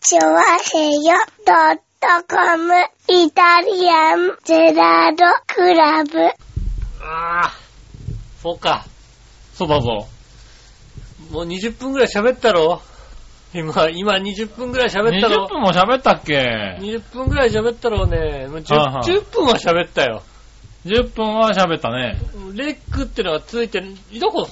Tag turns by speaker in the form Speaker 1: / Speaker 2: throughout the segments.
Speaker 1: チョワヘヨドットコムイタリアンゼラードクラブ。
Speaker 2: ああ、そうか。そうだぞ。もう20分ぐらい喋ったろ今、今20分ぐらい喋った
Speaker 3: 20
Speaker 2: ろ
Speaker 3: 分も喋ったっけ
Speaker 2: ?20 分ぐらい喋ったろね。もう 10,
Speaker 3: はいはい
Speaker 2: 10分は喋ったよ。
Speaker 3: ?10 分は喋ったね。
Speaker 2: レックってのがついて、なんか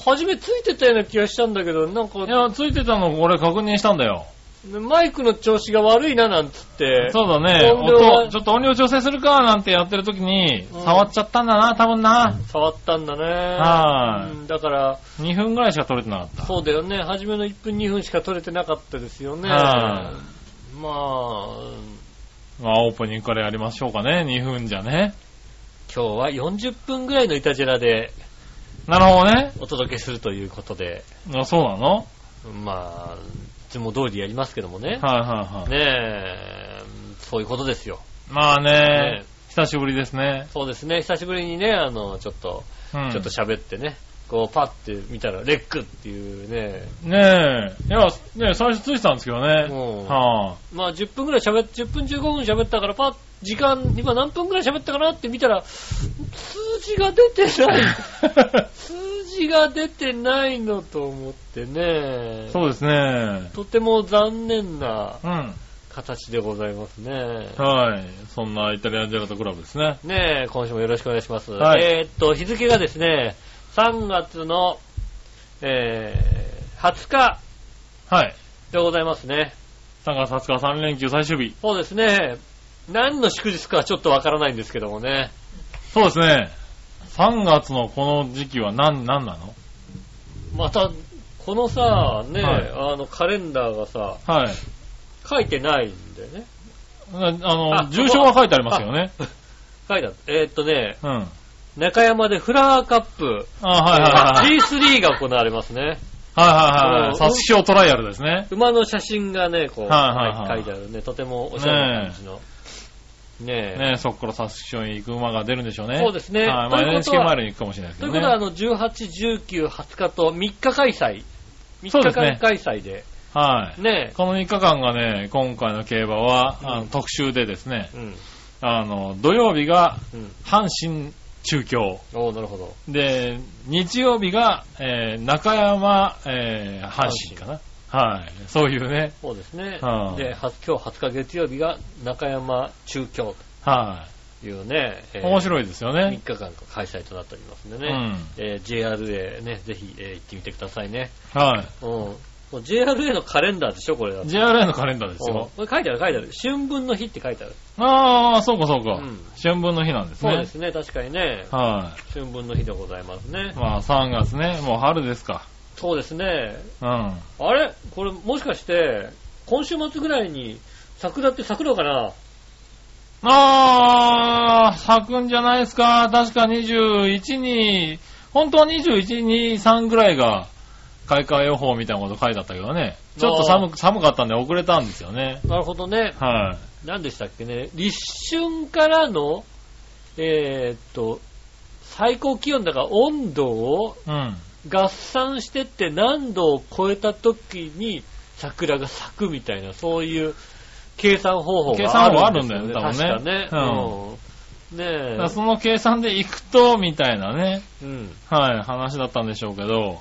Speaker 2: 初めついてたような気がしたんだけど、なんか
Speaker 3: い、や、ついてたの俺確認したんだよ。
Speaker 2: マイクの調子が悪いななんつって。
Speaker 3: そうだね。
Speaker 2: 音量は
Speaker 3: 音、ちょっと音量調整するかなんてやってる時に、
Speaker 2: うん
Speaker 3: 触っちゃったんだな、多分な。
Speaker 2: 触ったんだね。
Speaker 3: はい
Speaker 2: うんだから、
Speaker 3: 2分ぐらいしか取れてなかった。
Speaker 2: そうだよね。初めの1分2分しか取れてなかったですよね。
Speaker 3: は
Speaker 2: まあ、
Speaker 3: まあ、オープニングからやりましょうかね。2分じゃね。
Speaker 2: 今日は40分ぐらいのイタジェラで
Speaker 3: なるほどね。
Speaker 2: お届けするということで、
Speaker 3: あそうなの
Speaker 2: まあ、いつも通りやりますけどもね。
Speaker 3: はいはいはい。
Speaker 2: ねえ、そういうことですよ。
Speaker 3: まあね
Speaker 2: ね、
Speaker 3: 久しぶりですね。
Speaker 2: そうですね、久しぶりにね、あの、ちょっと、
Speaker 3: うん
Speaker 2: ちょっと喋ってね、こう、パッて見たら、レックっていうね、
Speaker 3: ねえ。いや、ねえ最初ついてたんですけどね。
Speaker 2: うん
Speaker 3: は
Speaker 2: まあ10分ぐらい喋っ、10分15分喋ったから、パッ、時間、今何分ぐらい喋ったかなって見たら、数字が出て ない。数字が出てないのと思ってね
Speaker 3: い。。そうですね。
Speaker 2: とても残念な
Speaker 3: うん。
Speaker 2: 形でございますね。
Speaker 3: はい。そんなイタリアンジェラートクラブですね。
Speaker 2: ねえ、今週もよろしくお願いします。
Speaker 3: はい
Speaker 2: えーっと、日付がですね、3月の、えー、20日
Speaker 3: はい。
Speaker 2: でございますね。
Speaker 3: 3月20日3連休最終日。
Speaker 2: そうですね。何の祝日かはちょっとわからないんですけどもね。
Speaker 3: そうですね。3月のこの時期は何、何なの
Speaker 2: また、このさ、ねえ、
Speaker 3: はい
Speaker 2: あの、カレンダーがさ、
Speaker 3: はい。
Speaker 2: 書いてないんだよね。
Speaker 3: ああの、
Speaker 2: あ
Speaker 3: 住所は書いてありますよね。
Speaker 2: 書いてあった。えーっとね、
Speaker 3: うん。あ
Speaker 2: 中山でフラワーカップ、
Speaker 3: はいはいはい。
Speaker 2: G3 が行われますね。
Speaker 3: はいはいは
Speaker 2: うん
Speaker 3: い。殺傷トライアルですね。
Speaker 2: 馬の写真がね、こう、
Speaker 3: はいはいはい
Speaker 2: 書いてあるね。とてもおしゃれな感じの。ねえ。
Speaker 3: ねそこから殺傷に行く馬が出るんでしょうね。
Speaker 2: そうですね
Speaker 3: はい。ま
Speaker 2: と
Speaker 3: あ
Speaker 2: いうこと
Speaker 3: NHK
Speaker 2: は
Speaker 3: マイルに行くかもしれないです
Speaker 2: と
Speaker 3: け
Speaker 2: いう
Speaker 3: ど
Speaker 2: こと
Speaker 3: ね。
Speaker 2: は、あの、18、19、20日と3日開催。
Speaker 3: そ
Speaker 2: 3
Speaker 3: うで
Speaker 2: 日
Speaker 3: すね
Speaker 2: 間開催で。
Speaker 3: はい。
Speaker 2: ね
Speaker 3: この3日間がね、今回の競馬は、あの
Speaker 2: うん
Speaker 3: 特集でですね
Speaker 2: え。、うん。
Speaker 3: あの、土曜日が
Speaker 2: うん。
Speaker 3: 阪神中京。
Speaker 2: おおなるほど。
Speaker 3: で、日曜日が、えー中山、えー阪神かな。はい。そういうね。
Speaker 2: そうですね。
Speaker 3: はあ
Speaker 2: で、は今日20日月曜日が中山中京
Speaker 3: は
Speaker 2: というね、
Speaker 3: い。面
Speaker 2: い。
Speaker 3: 白いですよ
Speaker 2: 3
Speaker 3: ね。
Speaker 2: 日間開催となっておりますんで
Speaker 3: う
Speaker 2: ね。
Speaker 3: ん。
Speaker 2: えー JRA ね、ぜひ、えー行ってみてくださいね。
Speaker 3: は
Speaker 2: うん。もう JRA のカレンダーでしょ、これだっ
Speaker 3: い。
Speaker 2: て
Speaker 3: JRA のカレンダーです
Speaker 2: うん
Speaker 3: よ
Speaker 2: こ。れ書いてある書いてある。春分の日って書いてある。
Speaker 3: ああ、そうかそうか。
Speaker 2: うん
Speaker 3: 春分の日なんです
Speaker 2: そう
Speaker 3: ね
Speaker 2: で。すね、確かにね。
Speaker 3: は
Speaker 2: 春分の日でございますね
Speaker 3: い。。まあ3月ね、もう春ですか。
Speaker 2: そうですね。
Speaker 3: うん。
Speaker 2: あれこれもしかして、今週末ぐらいに桜って桜かな
Speaker 3: あー、咲くんじゃないですか。確か21に、本当は21、2、3ぐらいが開花予報みたいなこと書いてあったけどね。ちょっと寒く寒かったんで遅れたんですよね。
Speaker 2: なるほどね。
Speaker 3: はい。
Speaker 2: 何でしたっけね。立春からの、えーっと、最高気温だから温度を
Speaker 3: うん。
Speaker 2: 合算してって何度を超えた時に桜が咲くみたいな、そういう計算方法
Speaker 3: 計算方法
Speaker 2: があるんですよね。
Speaker 3: あるんだよね
Speaker 2: 確
Speaker 3: 多
Speaker 2: かね。
Speaker 3: 分
Speaker 2: うん。ね
Speaker 3: だ
Speaker 2: え
Speaker 3: からその計算でいくと、みたいなね、
Speaker 2: うん。
Speaker 3: はい、話だったんでしょうけど、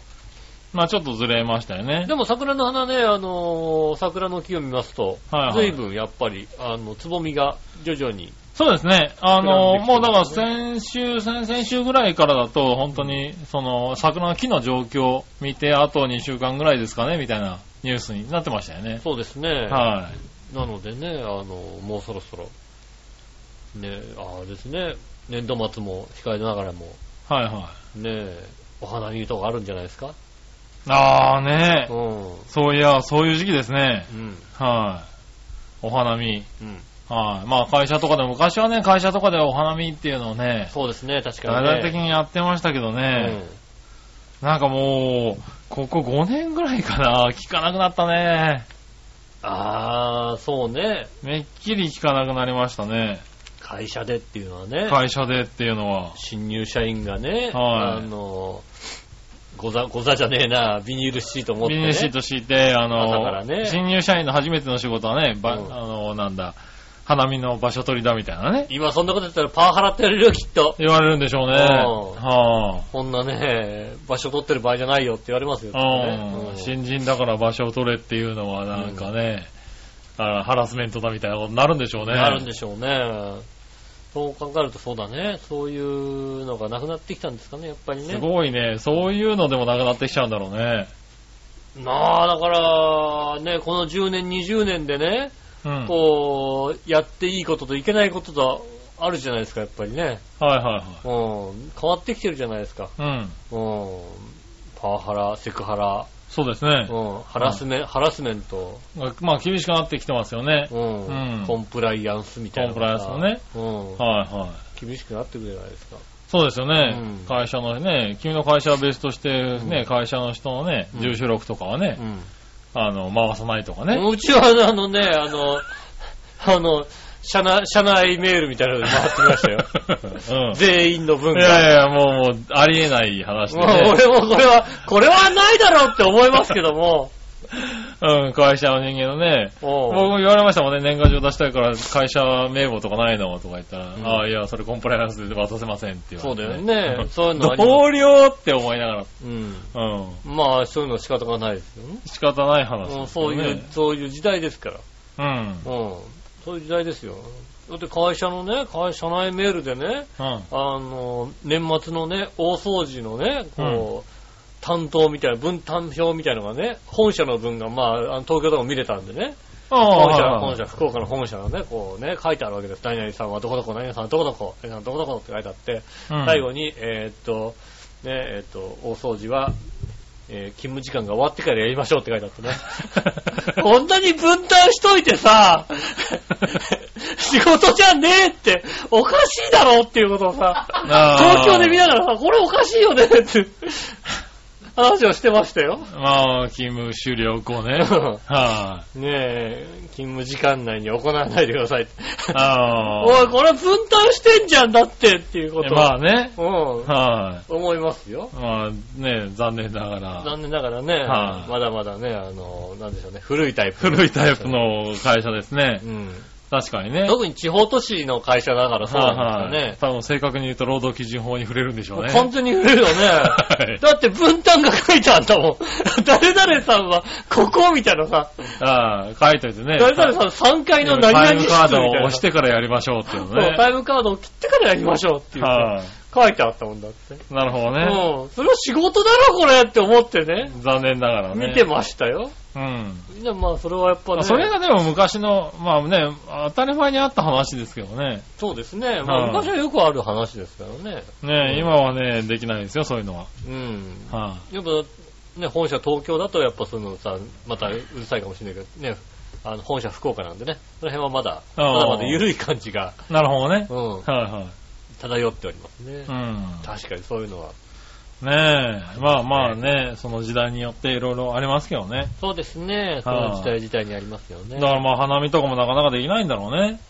Speaker 3: まあちょっとずれましたよね
Speaker 2: で。も桜の花ね、あのー桜の木を見ますと、
Speaker 3: はいはい
Speaker 2: 随分やっぱり、あの、つぼみが徐々に、
Speaker 3: そうですね。あ
Speaker 2: 膨らん
Speaker 3: の、
Speaker 2: できてますね
Speaker 3: もうだから先週、先々週ぐらいからだと、本当に、その、桜の木の状況見て、あと2週間ぐらいですかね、みたいなニュースになってましたよね。
Speaker 2: そうですね。
Speaker 3: は
Speaker 2: なのでね、あのーもうそろそろ、ね、あれですね、年度末も控えながらも、
Speaker 3: い。はいはい。
Speaker 2: ね、お花見とかあるんじゃないですか
Speaker 3: ああね
Speaker 2: う、ん。
Speaker 3: そういや、そういう時期ですね。
Speaker 2: うん。
Speaker 3: はい。お花見。
Speaker 2: うん。
Speaker 3: はい。まあ会社とかでも、昔はね、会社とかでお花見っていうのをね、
Speaker 2: そうですね、確か
Speaker 3: 大
Speaker 2: に、ね。
Speaker 3: 々的にやってましたけどね、なんかもう、ここ5年ぐらいかな、聞かなくなったね。
Speaker 2: うん、ああ、そうね。
Speaker 3: めっきり聞かなくなりましたね。
Speaker 2: 会社でっていうのはね、
Speaker 3: 会社でっていうのは。
Speaker 2: 新入社員がね、
Speaker 3: は
Speaker 2: あ
Speaker 3: い
Speaker 2: の、ござ、ござじゃねえな、ビニールシート持って、
Speaker 3: ビ
Speaker 2: ね。
Speaker 3: ニールシート敷いて、あ
Speaker 2: 朝から
Speaker 3: の、
Speaker 2: ね
Speaker 3: 新入社員の初めての仕事はね、ば、
Speaker 2: うん
Speaker 3: あの、なんだ、花見の場所取りだみたいなね。
Speaker 2: 今そんなこと言ったらパワハラってやれるよ、きっと。
Speaker 3: 言われるんでしょうね。
Speaker 2: うん
Speaker 3: は
Speaker 2: こんなね、場所取ってる場合じゃないよって言われますよ、きっと
Speaker 3: あ
Speaker 2: ね。
Speaker 3: う。
Speaker 2: うんん
Speaker 3: 新人だから場所を取れっていうのはなんかね、あハラスメントだみたいなことになるんでしょうね。
Speaker 2: なるんでしょうね。そう考えるとそうだね。そういうのがなくなってきたんですかね、やっぱりね。
Speaker 3: すごいね。そういうのでもなくなってきちゃうんだろうね。
Speaker 2: なあ、だから、ね、この10年、20年でね、
Speaker 3: うん。はい
Speaker 2: こう、やっていいことといけないこととあるじゃないですか、やっぱりね。
Speaker 3: は
Speaker 2: うん。変わってきてるじゃないですか。
Speaker 3: いはい。うん。
Speaker 2: うん。パワハラ、セクハラ、
Speaker 3: そうですね。
Speaker 2: うん。ハラスメン、ハラスメント、
Speaker 3: まあ厳しくなってきてますよね。
Speaker 2: うん。
Speaker 3: うん
Speaker 2: コンプライアンスみたいなの
Speaker 3: コンプライアンスもね。
Speaker 2: うん。
Speaker 3: はいはい。
Speaker 2: 厳しくなってくるじゃないですか。
Speaker 3: そうですよね。
Speaker 2: うん
Speaker 3: 会社のね、君の会社は別としてね、
Speaker 2: うん
Speaker 3: 会社の人のね、
Speaker 2: うん
Speaker 3: 住所録とかはね
Speaker 2: う、ん。
Speaker 3: あの、回さないとかね。
Speaker 2: うちはあのね、あの、あの、社内、社内メールみたいなので回ってきましたよ。
Speaker 3: う
Speaker 2: 全員の分
Speaker 3: ん。いや
Speaker 2: が。
Speaker 3: いや、もう、もう、ありえない話で
Speaker 2: もう
Speaker 3: ね。
Speaker 2: 俺もこれは、これはないだろうって思いますけども。
Speaker 3: うん、会社の人間のね、僕
Speaker 2: も
Speaker 3: も言われましたもんね、年賀状出したいから会社名簿とかないのとか言ったら、
Speaker 2: うん
Speaker 3: ああ、いや、それコンプライアンスで渡せませんって言
Speaker 2: そ
Speaker 3: わ
Speaker 2: うだ
Speaker 3: れ
Speaker 2: よ
Speaker 3: て、
Speaker 2: ね。そういうのはありま
Speaker 3: 同僚って思いなが
Speaker 2: す。うん。
Speaker 3: ら、うん。
Speaker 2: まあ、そういうのは仕方がないですよね。
Speaker 3: 仕方ない話
Speaker 2: うん
Speaker 3: です
Speaker 2: そ
Speaker 3: よ
Speaker 2: う
Speaker 3: ね、
Speaker 2: いう、そういう時代ですから。
Speaker 3: うん。うん。
Speaker 2: うん。そういう時代ですよ。だって会社のね、会社内メールでね、
Speaker 3: うん。
Speaker 2: あの、年末のね、大掃除のね、こう、担当みたいな、分担表みたいなのがね、本社の分が、まあ、あの東京でも見れたんでね、
Speaker 3: あ
Speaker 2: 本社、
Speaker 3: あ、
Speaker 2: 本社、福岡の本社のね、こうね、書いてあるわけです。何々さんはどこどこ、何々さんはどこどこ、何々さんはどこどこって書いてあって、
Speaker 3: うん
Speaker 2: 最後に、えーっと、ね、えーっと、大掃除は、えー勤務時間が終わってからやりましょうって書いてあってね。 こんなに分担しといてさ、仕事じゃねえって、おかしいだろっていうことをさ、
Speaker 3: あー
Speaker 2: 東京で見ながらさ、これおかしいよねって、話をしてましたよ。
Speaker 3: まあ、勤務終了 後ね。はい、
Speaker 2: ねえ、勤務時間内に行わないでくださいって。
Speaker 3: あ
Speaker 2: おい、
Speaker 3: あ。
Speaker 2: これ分担してんじゃんだってっていうことを、
Speaker 3: まあね。
Speaker 2: う
Speaker 3: はい、
Speaker 2: ん、思いますよ。
Speaker 3: まあね、残念ながら。
Speaker 2: 残念ながらね、
Speaker 3: はい
Speaker 2: まだまだね、あの、なんでしょうね、古いタイプ。
Speaker 3: 古いタイプ。の会社ですね
Speaker 2: う。ん。
Speaker 3: 確かにね。
Speaker 2: 特に地方都市の会社だからそうなん
Speaker 3: はいはい
Speaker 2: です
Speaker 3: 多分正確に言うと労働基準法に触れるんでしょ
Speaker 2: よ
Speaker 3: う
Speaker 2: ね。
Speaker 3: ね。
Speaker 2: 完全に古いよね。
Speaker 3: はい
Speaker 2: だって分担が書いてあんだもん。誰々さんは、ここみたいなさ、
Speaker 3: ああ、書いといてね。
Speaker 2: 誰々さん3階の何々
Speaker 3: タ
Speaker 2: 室
Speaker 3: イム
Speaker 2: み
Speaker 3: カ
Speaker 2: た
Speaker 3: ー
Speaker 2: いな。
Speaker 3: ドを押してからやりましょうっていうの
Speaker 2: そう
Speaker 3: ね。
Speaker 2: タイムカードを切ってからやりましょうっていうね、
Speaker 3: はい、
Speaker 2: 書いてあったもんだって。
Speaker 3: なるほどね。
Speaker 2: うん。それは仕事だろ、これって思ってね。
Speaker 3: 残念ながらね。
Speaker 2: 見てましたよ。
Speaker 3: うん。
Speaker 2: みんなまあ、それはやっぱ
Speaker 3: まあ
Speaker 2: ね。
Speaker 3: それがでも昔の、まあね、当たり前にあった話ですけどね。
Speaker 2: そうですね。まあ、
Speaker 3: うん
Speaker 2: 昔はよくある話ですからね。
Speaker 3: ね、
Speaker 2: うん
Speaker 3: 今はね、できないですよ、そういうのは。
Speaker 2: うん。
Speaker 3: はい、
Speaker 2: やっぱ、ね、本社東京だとやっぱそういうのさ、またうるさいかもしれないけど、ね、あの、本社福岡なんでね、その辺はまだ、
Speaker 3: あー
Speaker 2: まだまだ緩い感じが、
Speaker 3: なるほどね。
Speaker 2: うん、
Speaker 3: はいはい。
Speaker 2: 漂っておりますね。
Speaker 3: うん。
Speaker 2: 確かにそういうのは。
Speaker 3: ねえ、まあまあね、その時代によっていろいろありますけどね。
Speaker 2: そうですね、その時代時代にありますよ
Speaker 3: だ
Speaker 2: ね
Speaker 3: か。らまあ花見とかもなかなかできないんだろうね。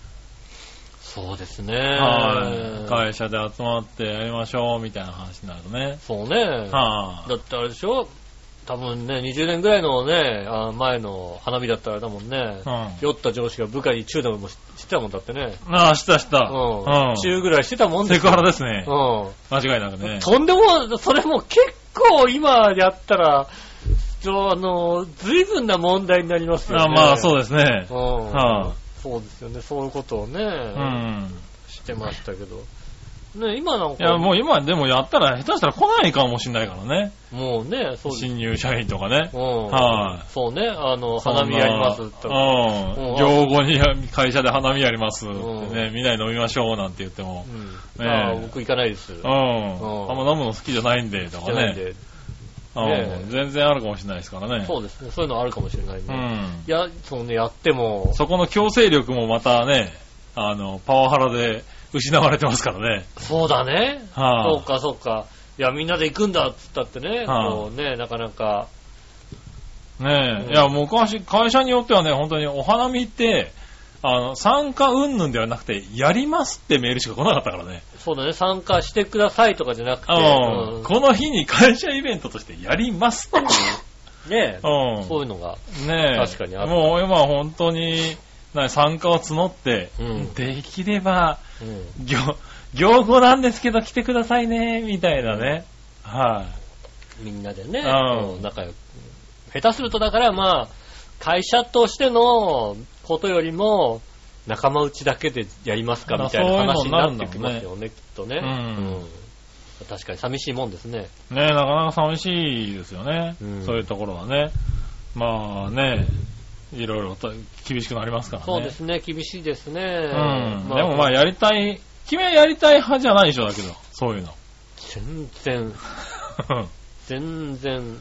Speaker 2: そうですね。
Speaker 3: はい。
Speaker 2: はい。
Speaker 3: 会社で集まってやりましょうみたいな話になるとね。
Speaker 2: そうね。
Speaker 3: はい
Speaker 2: だってあれでしょ多分ね、20年ぐらいのね、あ前の花火だったらだもんね、
Speaker 3: う
Speaker 2: 酔った上司が部下に中でもししてたもんだってね。
Speaker 3: ああ、したした。
Speaker 2: うん。
Speaker 3: う
Speaker 2: 中ぐらいしてたもん
Speaker 3: ん。
Speaker 2: で
Speaker 3: セ
Speaker 2: す
Speaker 3: クハラですね。
Speaker 2: うん。
Speaker 3: 間違いなくね。
Speaker 2: とんでも、それも結構今やったら、そうあの、随分な問題になりますよね。
Speaker 3: あまあ、そう
Speaker 2: う
Speaker 3: ですね。
Speaker 2: ん、
Speaker 3: はあ
Speaker 2: そうですよね。そういうことをね、
Speaker 3: うん。
Speaker 2: してましたけど。ね、今なん
Speaker 3: い
Speaker 2: か、
Speaker 3: や、もう今でもやったら、下手したら来ないかもしんないからね。
Speaker 2: もうね、そうです。
Speaker 3: 新入社員とかね
Speaker 2: う。ん。
Speaker 3: はい
Speaker 2: そうね、あの、花見やりますって
Speaker 3: う
Speaker 2: 言ったら
Speaker 3: ん。用語に会社で花見やりますってね、みんなで飲みましょうなんて言っても
Speaker 2: う。ん。
Speaker 3: ねえ
Speaker 2: あー僕行かないです。
Speaker 3: うん。あんま飲むの好きじゃないんで、と
Speaker 2: じ
Speaker 3: か
Speaker 2: ゃないん
Speaker 3: ね。
Speaker 2: で。
Speaker 3: う
Speaker 2: ね
Speaker 3: ん。全然あるかもしれないですからね。
Speaker 2: そうですね、そういうのあるかもしれないね。
Speaker 3: うん。
Speaker 2: いや、そのね、やっても、
Speaker 3: そこの強制力もまたね、あの、パワハラで失われてますからね。
Speaker 2: そうだね。
Speaker 3: は
Speaker 2: そうか、そうか。いや、みんなで行くんだって言ったってね、
Speaker 3: はい
Speaker 2: こうね、なかなか、
Speaker 3: ねえ、
Speaker 2: うん
Speaker 3: いや、もう昔、会社によってはね、本当にお花見って、あの、参加云々ではなくて、やりますってメールしか来なかったからね。
Speaker 2: そうだね、参加してくださいとかじゃなくて、
Speaker 3: うん。
Speaker 2: う
Speaker 3: この日に会社イベントとしてやりますっていう。
Speaker 2: んねえ、
Speaker 3: うん。
Speaker 2: そういうのが、
Speaker 3: ねえ。
Speaker 2: 確かにあった
Speaker 3: もう今は本当に、な参加を募って、
Speaker 2: うん
Speaker 3: できれば、
Speaker 2: うん
Speaker 3: 行、行語なんですけど来てくださいね、みたいなね。は
Speaker 2: みんなでね、
Speaker 3: うん
Speaker 2: うん仲良く。下手するとだからまあ、会社としてのことよりも、仲間内だけでやりますかみたいな
Speaker 3: まあ
Speaker 2: 話
Speaker 3: そうい
Speaker 2: に
Speaker 3: うの
Speaker 2: な
Speaker 3: に
Speaker 2: っ
Speaker 3: な
Speaker 2: て
Speaker 3: る
Speaker 2: き
Speaker 3: んだろう
Speaker 2: ま
Speaker 3: ね
Speaker 2: すよね、きっとね。
Speaker 3: うん
Speaker 2: うん確かに寂しいもんですね。
Speaker 3: い。ねえ、なかなか寂しいですよね。
Speaker 2: うん
Speaker 3: そういうところはね。まあね、いろいろと厳しくなりますからね。
Speaker 2: そうですね、厳しいですね。
Speaker 3: うん。でもまあやりたい、君はやりたい派じゃないでしょ、だけど。 そういうの。
Speaker 2: 全然、全然、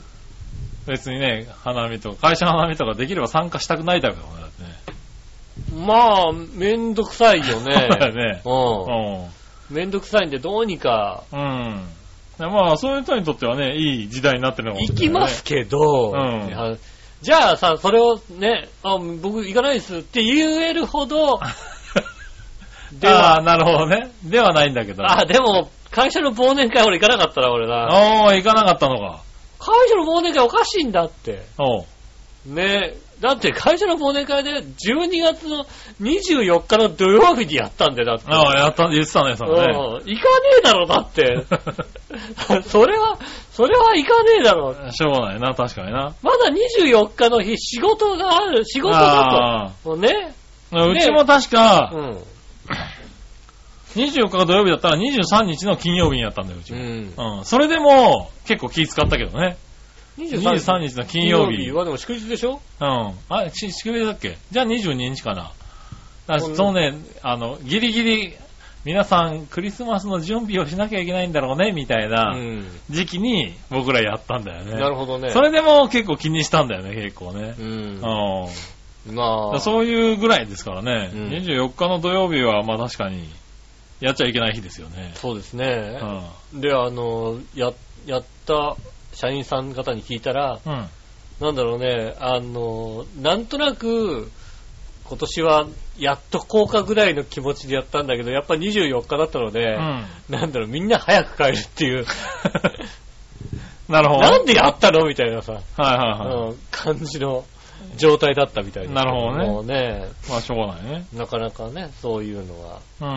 Speaker 3: 別にね、花見とか、会社の花見とかできれば参加したくないタイプだもんね、だってね。
Speaker 2: まあ、めんどくさい よ
Speaker 3: そうだよ
Speaker 2: ね。
Speaker 3: ね。
Speaker 2: う
Speaker 3: うん。
Speaker 2: ん。めんどくさいんで、どうにか、
Speaker 3: うん。でまあ、そういう人にとってはね、いい時代になってるのかもし
Speaker 2: 行
Speaker 3: れな
Speaker 2: きま
Speaker 3: い、
Speaker 2: す。けど、
Speaker 3: うん
Speaker 2: いやじゃあさ、それをね、あ僕行かないですって言えるほ ど、で
Speaker 3: あ
Speaker 2: は、
Speaker 3: あ、なるほどね。ではないんだけど。
Speaker 2: あ、でも、会社の忘年会俺行かなかったな、俺な。
Speaker 3: ああ、行かなかったのか。
Speaker 2: 会社の忘年会おかしいんだって。
Speaker 3: おう。
Speaker 2: ねだって会社の忘年会で12月の24日の土曜日にやったんだよ、だって。
Speaker 3: ああ、やった、言ってたね、そ
Speaker 2: うん
Speaker 3: のね。
Speaker 2: 行かねえだろ、だ って。それは、それは行かねえだろ。
Speaker 3: しょうがないな、確かにな。
Speaker 2: まだ24日の日、仕事がある、仕事だ
Speaker 3: あ
Speaker 2: と。もうね。
Speaker 3: あう
Speaker 2: ね
Speaker 3: ちも確か
Speaker 2: う、ん。
Speaker 3: 24日が土曜日だったら23日の金曜日にやったんだよ、うち
Speaker 2: う
Speaker 3: も。
Speaker 2: ん。
Speaker 3: うん。それでも、結構気使ったけどね。
Speaker 2: 23
Speaker 3: 23
Speaker 2: 日
Speaker 3: 日の金曜
Speaker 2: 金
Speaker 3: 日。うん。
Speaker 2: はでも祝日でしょ
Speaker 3: あ、し、仕組みだっけじゃあ22日かな。だ
Speaker 2: そ
Speaker 3: そ
Speaker 2: んな。
Speaker 3: のね、あの、ギリギリ、皆さんクリスマスの準備をしなきゃいけないんだろうね、みたいうなん時期に僕らやったんだよね。
Speaker 2: なるほどね。
Speaker 3: それでも結構気にしたんだよね、結構ね。
Speaker 2: うん。
Speaker 3: うん
Speaker 2: まあ、
Speaker 3: そういうぐらいですからね、
Speaker 2: うん
Speaker 3: 24日の土曜日は、まあ確かに、やっちゃいけない日ですよね。
Speaker 2: そうです
Speaker 3: う
Speaker 2: ね。
Speaker 3: ん。
Speaker 2: で、あの、や、やった社員さん方に聞いたら、
Speaker 3: うん。
Speaker 2: なんだろうね、あの、なんとなく、今年はやっと効果ぐらいの気持ちでやったんだけど、やっぱ24日だったので、
Speaker 3: うん
Speaker 2: なんだろう、みんな早く帰るって いう、
Speaker 3: なるほど。
Speaker 2: なんでやったのみたいなさ、
Speaker 3: はいはいはい。
Speaker 2: うん感じの状態だったみたいです
Speaker 3: なるほどね
Speaker 2: もうね、
Speaker 3: まあしょうがないね。
Speaker 2: なかなかね、そういうのは、
Speaker 3: う。
Speaker 2: う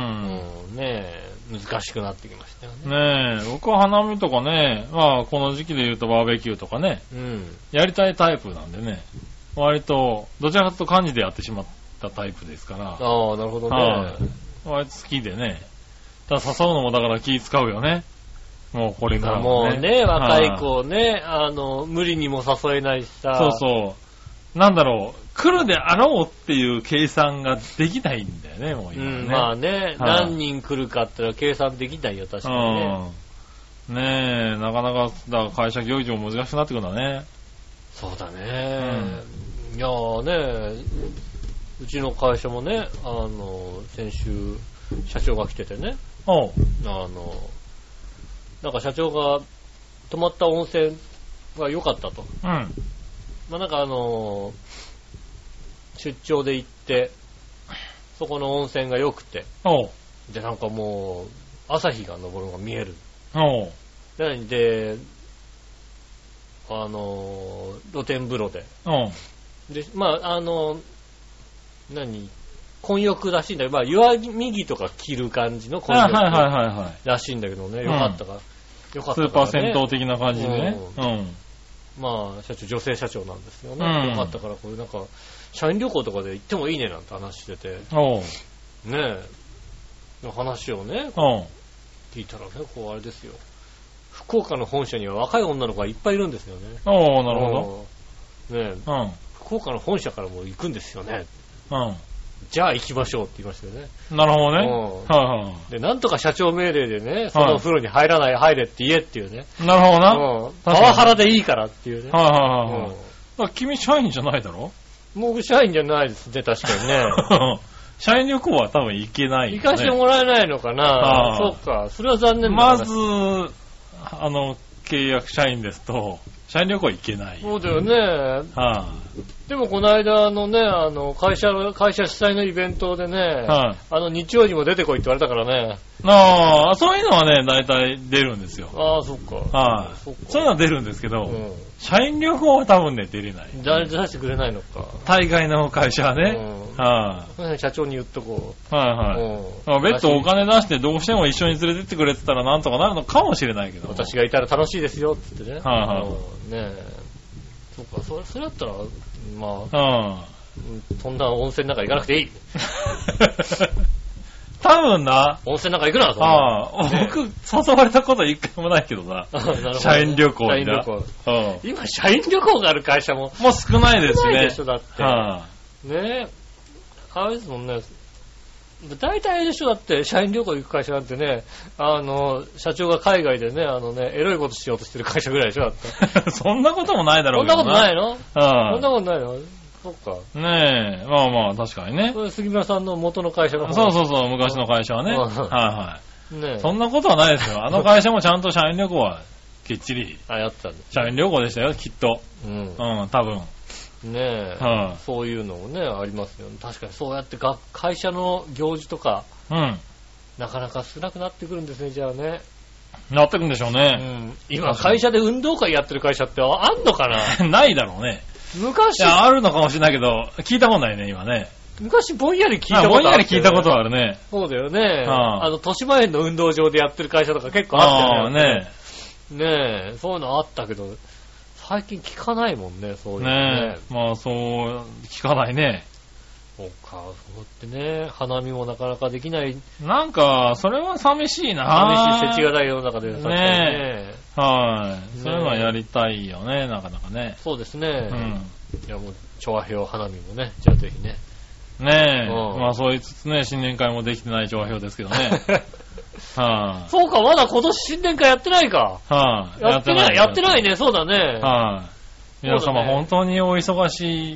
Speaker 2: んね、難しくなってきましたよね。
Speaker 3: ねえ、僕は花見とかね、まあこの時期で言うとバーベキューとかね、
Speaker 2: うん。
Speaker 3: やりたいタイプなんでね、割と、どちらかというと漢字でやってしまったタイプですから、
Speaker 2: ああ、なるほど
Speaker 3: は
Speaker 2: ね
Speaker 3: い。割と好きでね、ただ誘うのもだから気使うよね。もうこれから
Speaker 2: も
Speaker 3: もね。
Speaker 2: うね、若い
Speaker 3: は
Speaker 2: 子をね、あの、無理にも誘えないしさ。
Speaker 3: そうそう。なんだろう、来るであろうっていう計算ができないんだよね、もう
Speaker 2: う
Speaker 3: 今ね。
Speaker 2: ん、まあね、
Speaker 3: はい
Speaker 2: 何人来るかってのは計算できないよ、確かにね。
Speaker 3: うん。ねえ、なかなか、だから会社行事も難しくなってくるんだね。
Speaker 2: そうだね。いやーね、うちの会社もね、あの、先週、社長が来ててね、
Speaker 3: おう。
Speaker 2: あの、なんか社長が泊まった温泉が良かったと。
Speaker 3: うん。
Speaker 2: まあなんかあの、出張で行って、そこの温泉が良くて、
Speaker 3: おう。
Speaker 2: で、なんかもう、朝日が昇るのが見える。
Speaker 3: おう。
Speaker 2: なので、あの、露天風呂で。
Speaker 3: おう。
Speaker 2: で、まあ、あの、何、混浴らしいんだけど、まあ、弱み着とか着る感じの混
Speaker 3: はいはい
Speaker 2: 浴
Speaker 3: はいはいはい。
Speaker 2: らしいんだけどね、よかったから。よかった
Speaker 3: スー
Speaker 2: か
Speaker 3: パー
Speaker 2: ら、ね。
Speaker 3: 銭湯的な感じでね。うん。
Speaker 2: まあ、社長、女性社長なんですよね。
Speaker 3: うん
Speaker 2: よかったから、これなんか、社員旅行とかで行ってもいいねなんて話してて、
Speaker 3: おう。
Speaker 2: ねえ、の話をね、
Speaker 3: おう。
Speaker 2: 聞いたらね、こうあれですよ。福岡の本社には若い女の子がいっぱいいるんですよね。
Speaker 3: おう、なるほ
Speaker 2: ど。ねえ、
Speaker 3: ど。うん。
Speaker 2: 福岡の本社からも行くんですよね。
Speaker 3: う
Speaker 2: じゃあ行きましょうって言いましたよね。
Speaker 3: ん。なるほどね。
Speaker 2: うん
Speaker 3: はいは
Speaker 2: で、なんとか社長命令でね、そのお風呂に入らない、入れって言えっていうね。
Speaker 3: い。なるほどな。はい
Speaker 2: うん
Speaker 3: 確
Speaker 2: パ
Speaker 3: かに
Speaker 2: ワハラでいいからっていうね。
Speaker 3: はいはいはい。だか
Speaker 2: う
Speaker 3: ら君社員じゃないだろ
Speaker 2: ん僕社員じゃないですね、確かにね。
Speaker 3: 社員旅行は多分行けないよね。
Speaker 2: 行かしてもらえないのかな
Speaker 3: ああ
Speaker 2: そうか。それは残念だな
Speaker 3: まず、あの、契約社員ですと、社員旅行行けない。はい、
Speaker 2: そうだよね。でもこの間のね、あの、会社の、会社主催のイベントでね、
Speaker 3: はい、
Speaker 2: あの、日曜にも出てこいって言われたからね。
Speaker 3: ああ、そういうのはね、大体出るんですよ。
Speaker 2: ああ、そっか。
Speaker 3: はい
Speaker 2: そっか。
Speaker 3: そういうのは出るんですけど、
Speaker 2: う
Speaker 3: 社員旅行は多分ね、出れない。
Speaker 2: ん。じゃあ、出させてくれないのか。
Speaker 3: 大概の会社はね。
Speaker 2: うん
Speaker 3: は
Speaker 2: その辺社長に言っとこ。
Speaker 3: い、はいうはい。
Speaker 2: う
Speaker 3: まあ
Speaker 2: ん。
Speaker 3: 別途お金出してどうしても一緒に連れてってくれてたらなんとかなるのかもしれないけど。
Speaker 2: 私がいたら楽しいですよ、つってね。
Speaker 3: はいはい
Speaker 2: うんねえ。そっか、それ、それだったら、まあ、
Speaker 3: うん。
Speaker 2: うんそんな温泉なんか行かなくていい。
Speaker 3: 多分な。
Speaker 2: 温泉なんか行くな、そんな。
Speaker 3: ああ、
Speaker 2: ね
Speaker 3: 僕、誘われたこと一回もないけどさ。
Speaker 2: あ なるほど
Speaker 3: 社員旅行
Speaker 2: 社員
Speaker 3: に
Speaker 2: 旅
Speaker 3: な。
Speaker 2: 行。
Speaker 3: うん。
Speaker 2: 今、社員旅行がある会社も
Speaker 3: もう少ないです
Speaker 2: 少ないで
Speaker 3: ね
Speaker 2: し。ょ、だって。
Speaker 3: は
Speaker 2: ねえ。あれですもんね。大体あれでしょ、だって、社員旅行行く会社なんてね、あの、社長が海外でね、あのね、エロいことしようとしてる会社ぐらいでしょ、だって。
Speaker 3: い そんなこともないだろ
Speaker 2: そ
Speaker 3: うんけ
Speaker 2: な
Speaker 3: ど
Speaker 2: ことないのそんな
Speaker 3: は
Speaker 2: ことないのそっか。
Speaker 3: い。ねえ、まあまあ、確かにね。
Speaker 2: それ杉村さんの元の会社の方
Speaker 3: そうそうそう、昔の会社はね。
Speaker 2: うん
Speaker 3: はいは
Speaker 2: ね
Speaker 3: い。
Speaker 2: え
Speaker 3: そんなことはないですよ。あの会社もちゃんと社員旅行はきっちり、
Speaker 2: あ、やってたんだ。
Speaker 3: 社員旅行でしたよ、きっと。
Speaker 2: うん
Speaker 3: う。ん、多分。
Speaker 2: ねえ。
Speaker 3: は
Speaker 2: そういうのもね、ありますよね。確かにそうやってが会社の行事とか、
Speaker 3: い。うん。
Speaker 2: なかなか少なくなってくるんですね、じゃあね。
Speaker 3: なってくんでしょう
Speaker 2: う
Speaker 3: ね。
Speaker 2: ん。今、会社で運動会やってる会社ってああんのかな
Speaker 3: ないだろうね。い
Speaker 2: 昔、
Speaker 3: や、あるのかもしれないけど、聞いたことないね、今ね。
Speaker 2: 昔ぼんやり聞い
Speaker 3: あ
Speaker 2: たことあ
Speaker 3: ぼ
Speaker 2: っ
Speaker 3: ん
Speaker 2: たよ
Speaker 3: やり
Speaker 2: ね
Speaker 3: 聞いたことはあるね。
Speaker 2: そうだよね。
Speaker 3: うん
Speaker 2: あの、豊島園の運動場でやってる会社とか結構あ
Speaker 3: ああ、
Speaker 2: ったよね。
Speaker 3: ね
Speaker 2: ねえ、そういうのあったけど、最近聞かないもんね、そういうの
Speaker 3: ね
Speaker 2: ね。
Speaker 3: え。まあ、そう、聞かないね。
Speaker 2: そうか、そうってね、花見もなかなかできない、
Speaker 3: なんか、それは寂しいな。
Speaker 2: 寂しい世知がない世の中で、確かにね
Speaker 3: はい。
Speaker 2: ね
Speaker 3: そういうのはやりたいよね、なかなかね。
Speaker 2: そうです
Speaker 3: う
Speaker 2: ね。
Speaker 3: ん。
Speaker 2: いや、もう、調和表花見もね、じゃあぜひね。
Speaker 3: ねえ。
Speaker 2: うん
Speaker 3: まあ、そう言いつつね、新年会もできてない情報ですけ どね。は
Speaker 2: そうか、まだ今年新年会やってないか。
Speaker 3: い。はい。
Speaker 2: やってない、やってない
Speaker 3: ね。
Speaker 2: ね、そうだね。
Speaker 3: はい。皆
Speaker 2: そうだ
Speaker 3: 様、
Speaker 2: ね
Speaker 3: 本当にお忙しい、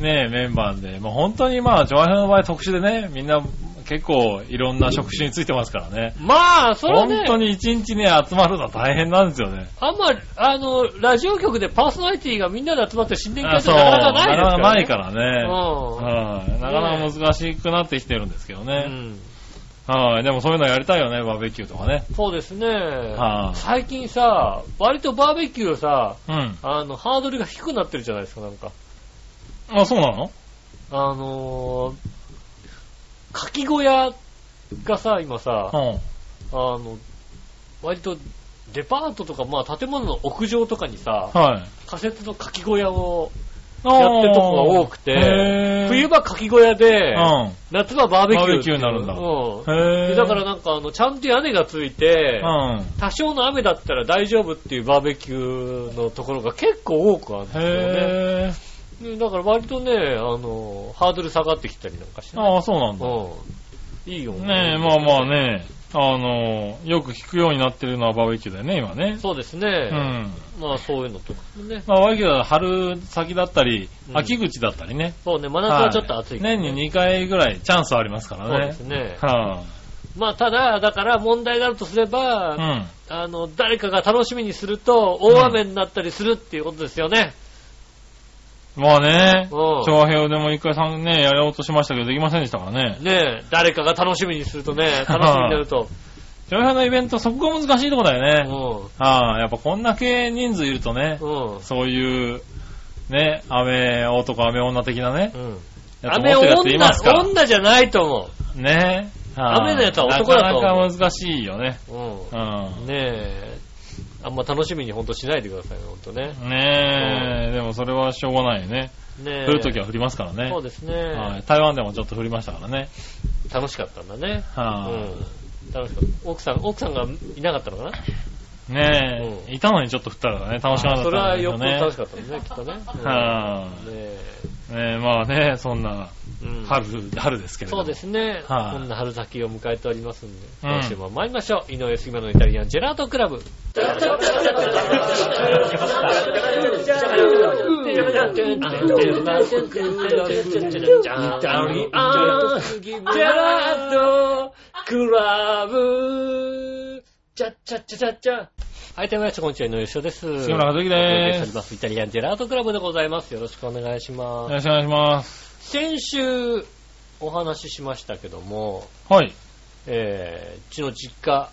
Speaker 3: ねえ、メンバーで。まあ、本当にまあ、情報の場合特殊でね、みんな結構いろんな職種についてますからね。
Speaker 2: まあ、それはね
Speaker 3: 本、当に一日ね、集まるのは大変なんですよね。
Speaker 2: あんま、あの、ラジオ局でパーソナリティがみんなで集まって新年会
Speaker 3: あ
Speaker 2: って
Speaker 3: そう、
Speaker 2: なかなか
Speaker 3: なかな
Speaker 2: な
Speaker 3: かないい
Speaker 2: ですか
Speaker 3: から
Speaker 2: ね。
Speaker 3: ら
Speaker 2: うん
Speaker 3: ね。はいなかなか難しくなってきてるんですけど
Speaker 2: う
Speaker 3: ね。
Speaker 2: ん。
Speaker 3: はい。でもそういうのやりたいよね、バーベキューとかね。
Speaker 2: そうですね。
Speaker 3: はい
Speaker 2: 最近さ、割とバーベキューさ、
Speaker 3: うん。
Speaker 2: あの、ハードルが低くなってるじゃないですか、なんか。
Speaker 3: あ、そうなの
Speaker 2: あのー、かき小屋がさ、今さ、あ
Speaker 3: うん。
Speaker 2: の、割とデパートとか、まあ建物の屋上とかにさ、
Speaker 3: はい。
Speaker 2: 仮設のかき小屋を
Speaker 3: や
Speaker 2: やってるとこが多くて
Speaker 3: へ、ー
Speaker 2: 冬場かき小屋で、
Speaker 3: うん。
Speaker 2: 夏場バーベキューっていう。
Speaker 3: バーベキューになるんだ
Speaker 2: うん。
Speaker 3: へ
Speaker 2: で
Speaker 3: ぇ
Speaker 2: だからなんかあの、ちゃんと屋根がついて、
Speaker 3: うん。
Speaker 2: 多少の雨だったら大丈夫っていうバーベキューのところが結構多くあるんですよねで。
Speaker 3: へ
Speaker 2: だから割とね、あの、ハードル下がってきたりなんかして、
Speaker 3: ぇああ、そうなんだ。
Speaker 2: うん。いいよ
Speaker 3: ねえ、まあまあね、あの、よく聞くようになってるのはバーベキューだよね、今ね。
Speaker 2: そうです
Speaker 3: う
Speaker 2: ね。
Speaker 3: ん。
Speaker 2: まあそういうのとかもね。
Speaker 3: まあ、バーベキューは春先だったり、
Speaker 2: うん
Speaker 3: 秋口だったりね。
Speaker 2: そうね、真夏はちょっと暑いけど、
Speaker 3: 年に2回ぐらいチャンスはありますから
Speaker 2: そうで
Speaker 3: ね
Speaker 2: す。ね。
Speaker 3: は
Speaker 2: まあただ、だから問題があるとすれば、
Speaker 3: あ、うん。
Speaker 2: あの、誰かが楽しみにすると、大雨になったりするっていうことですよね。
Speaker 3: まあね、
Speaker 2: うん
Speaker 3: 長平でも一回さんね、やろうとしましたけど、できませんでしたからね。
Speaker 2: ねえ、誰かが楽しみにするとね、楽しみになる と。
Speaker 3: 長平のイベント、そこが難しいとこだよ
Speaker 2: う
Speaker 3: ね。
Speaker 2: ん。
Speaker 3: ああ、やっぱこんだけ人数いるとね、
Speaker 2: うん。
Speaker 3: そういう、ね、雨男、雨女的なね
Speaker 2: う、ん。
Speaker 3: やつ
Speaker 2: 雨
Speaker 3: 持ってるやついま
Speaker 2: 女、
Speaker 3: すから。
Speaker 2: 女じゃないと思
Speaker 3: ね。ああ
Speaker 2: 雨のやつは男だと思う
Speaker 3: なかなか難しいよね。
Speaker 2: う。う。
Speaker 3: うん
Speaker 2: ね
Speaker 3: ん。
Speaker 2: え、あんま楽しみにほんとしないでくださいね、ほんとね。
Speaker 3: ねえ、でもそれはしょうがないよね。
Speaker 2: ねえ。
Speaker 3: 降るときは降りますからね。
Speaker 2: そうですね。
Speaker 3: はい。台湾でもちょっと降りましたからね。
Speaker 2: 楽しかったんだね。う
Speaker 3: は
Speaker 2: ん。楽しかった。奥さん、奥さんがいなかったのかな
Speaker 3: あ、ねえ、
Speaker 2: うん
Speaker 3: いたのにちょっと降ったからね、楽しかった
Speaker 2: それはよ
Speaker 3: ん
Speaker 2: っぽど
Speaker 3: ですよ
Speaker 2: 楽し
Speaker 3: ね。
Speaker 2: かったんだね、きっとね。うん
Speaker 3: は
Speaker 2: ねえ。
Speaker 3: い、ねえ、まあね、そんな
Speaker 2: うん
Speaker 3: 春、春ですけれど
Speaker 2: そう
Speaker 3: も。
Speaker 2: で。すね。
Speaker 3: はい
Speaker 2: こんな春先を迎えておりますんで、
Speaker 3: うん
Speaker 2: 今週も参りましょう。井上杉村のイタリアンジェラートクラブ。はい、というわけで、こんにちは、井上翔です。
Speaker 3: 杉村和之で
Speaker 2: お送りしてお
Speaker 3: す
Speaker 2: り。ますイタリアンジェラートクラブでございます。よろしくお願いし
Speaker 3: よ
Speaker 2: ます。
Speaker 3: ろしくお願いします。
Speaker 2: 先週、お話ししましたけども、
Speaker 3: はい。
Speaker 2: えー、うちの実家、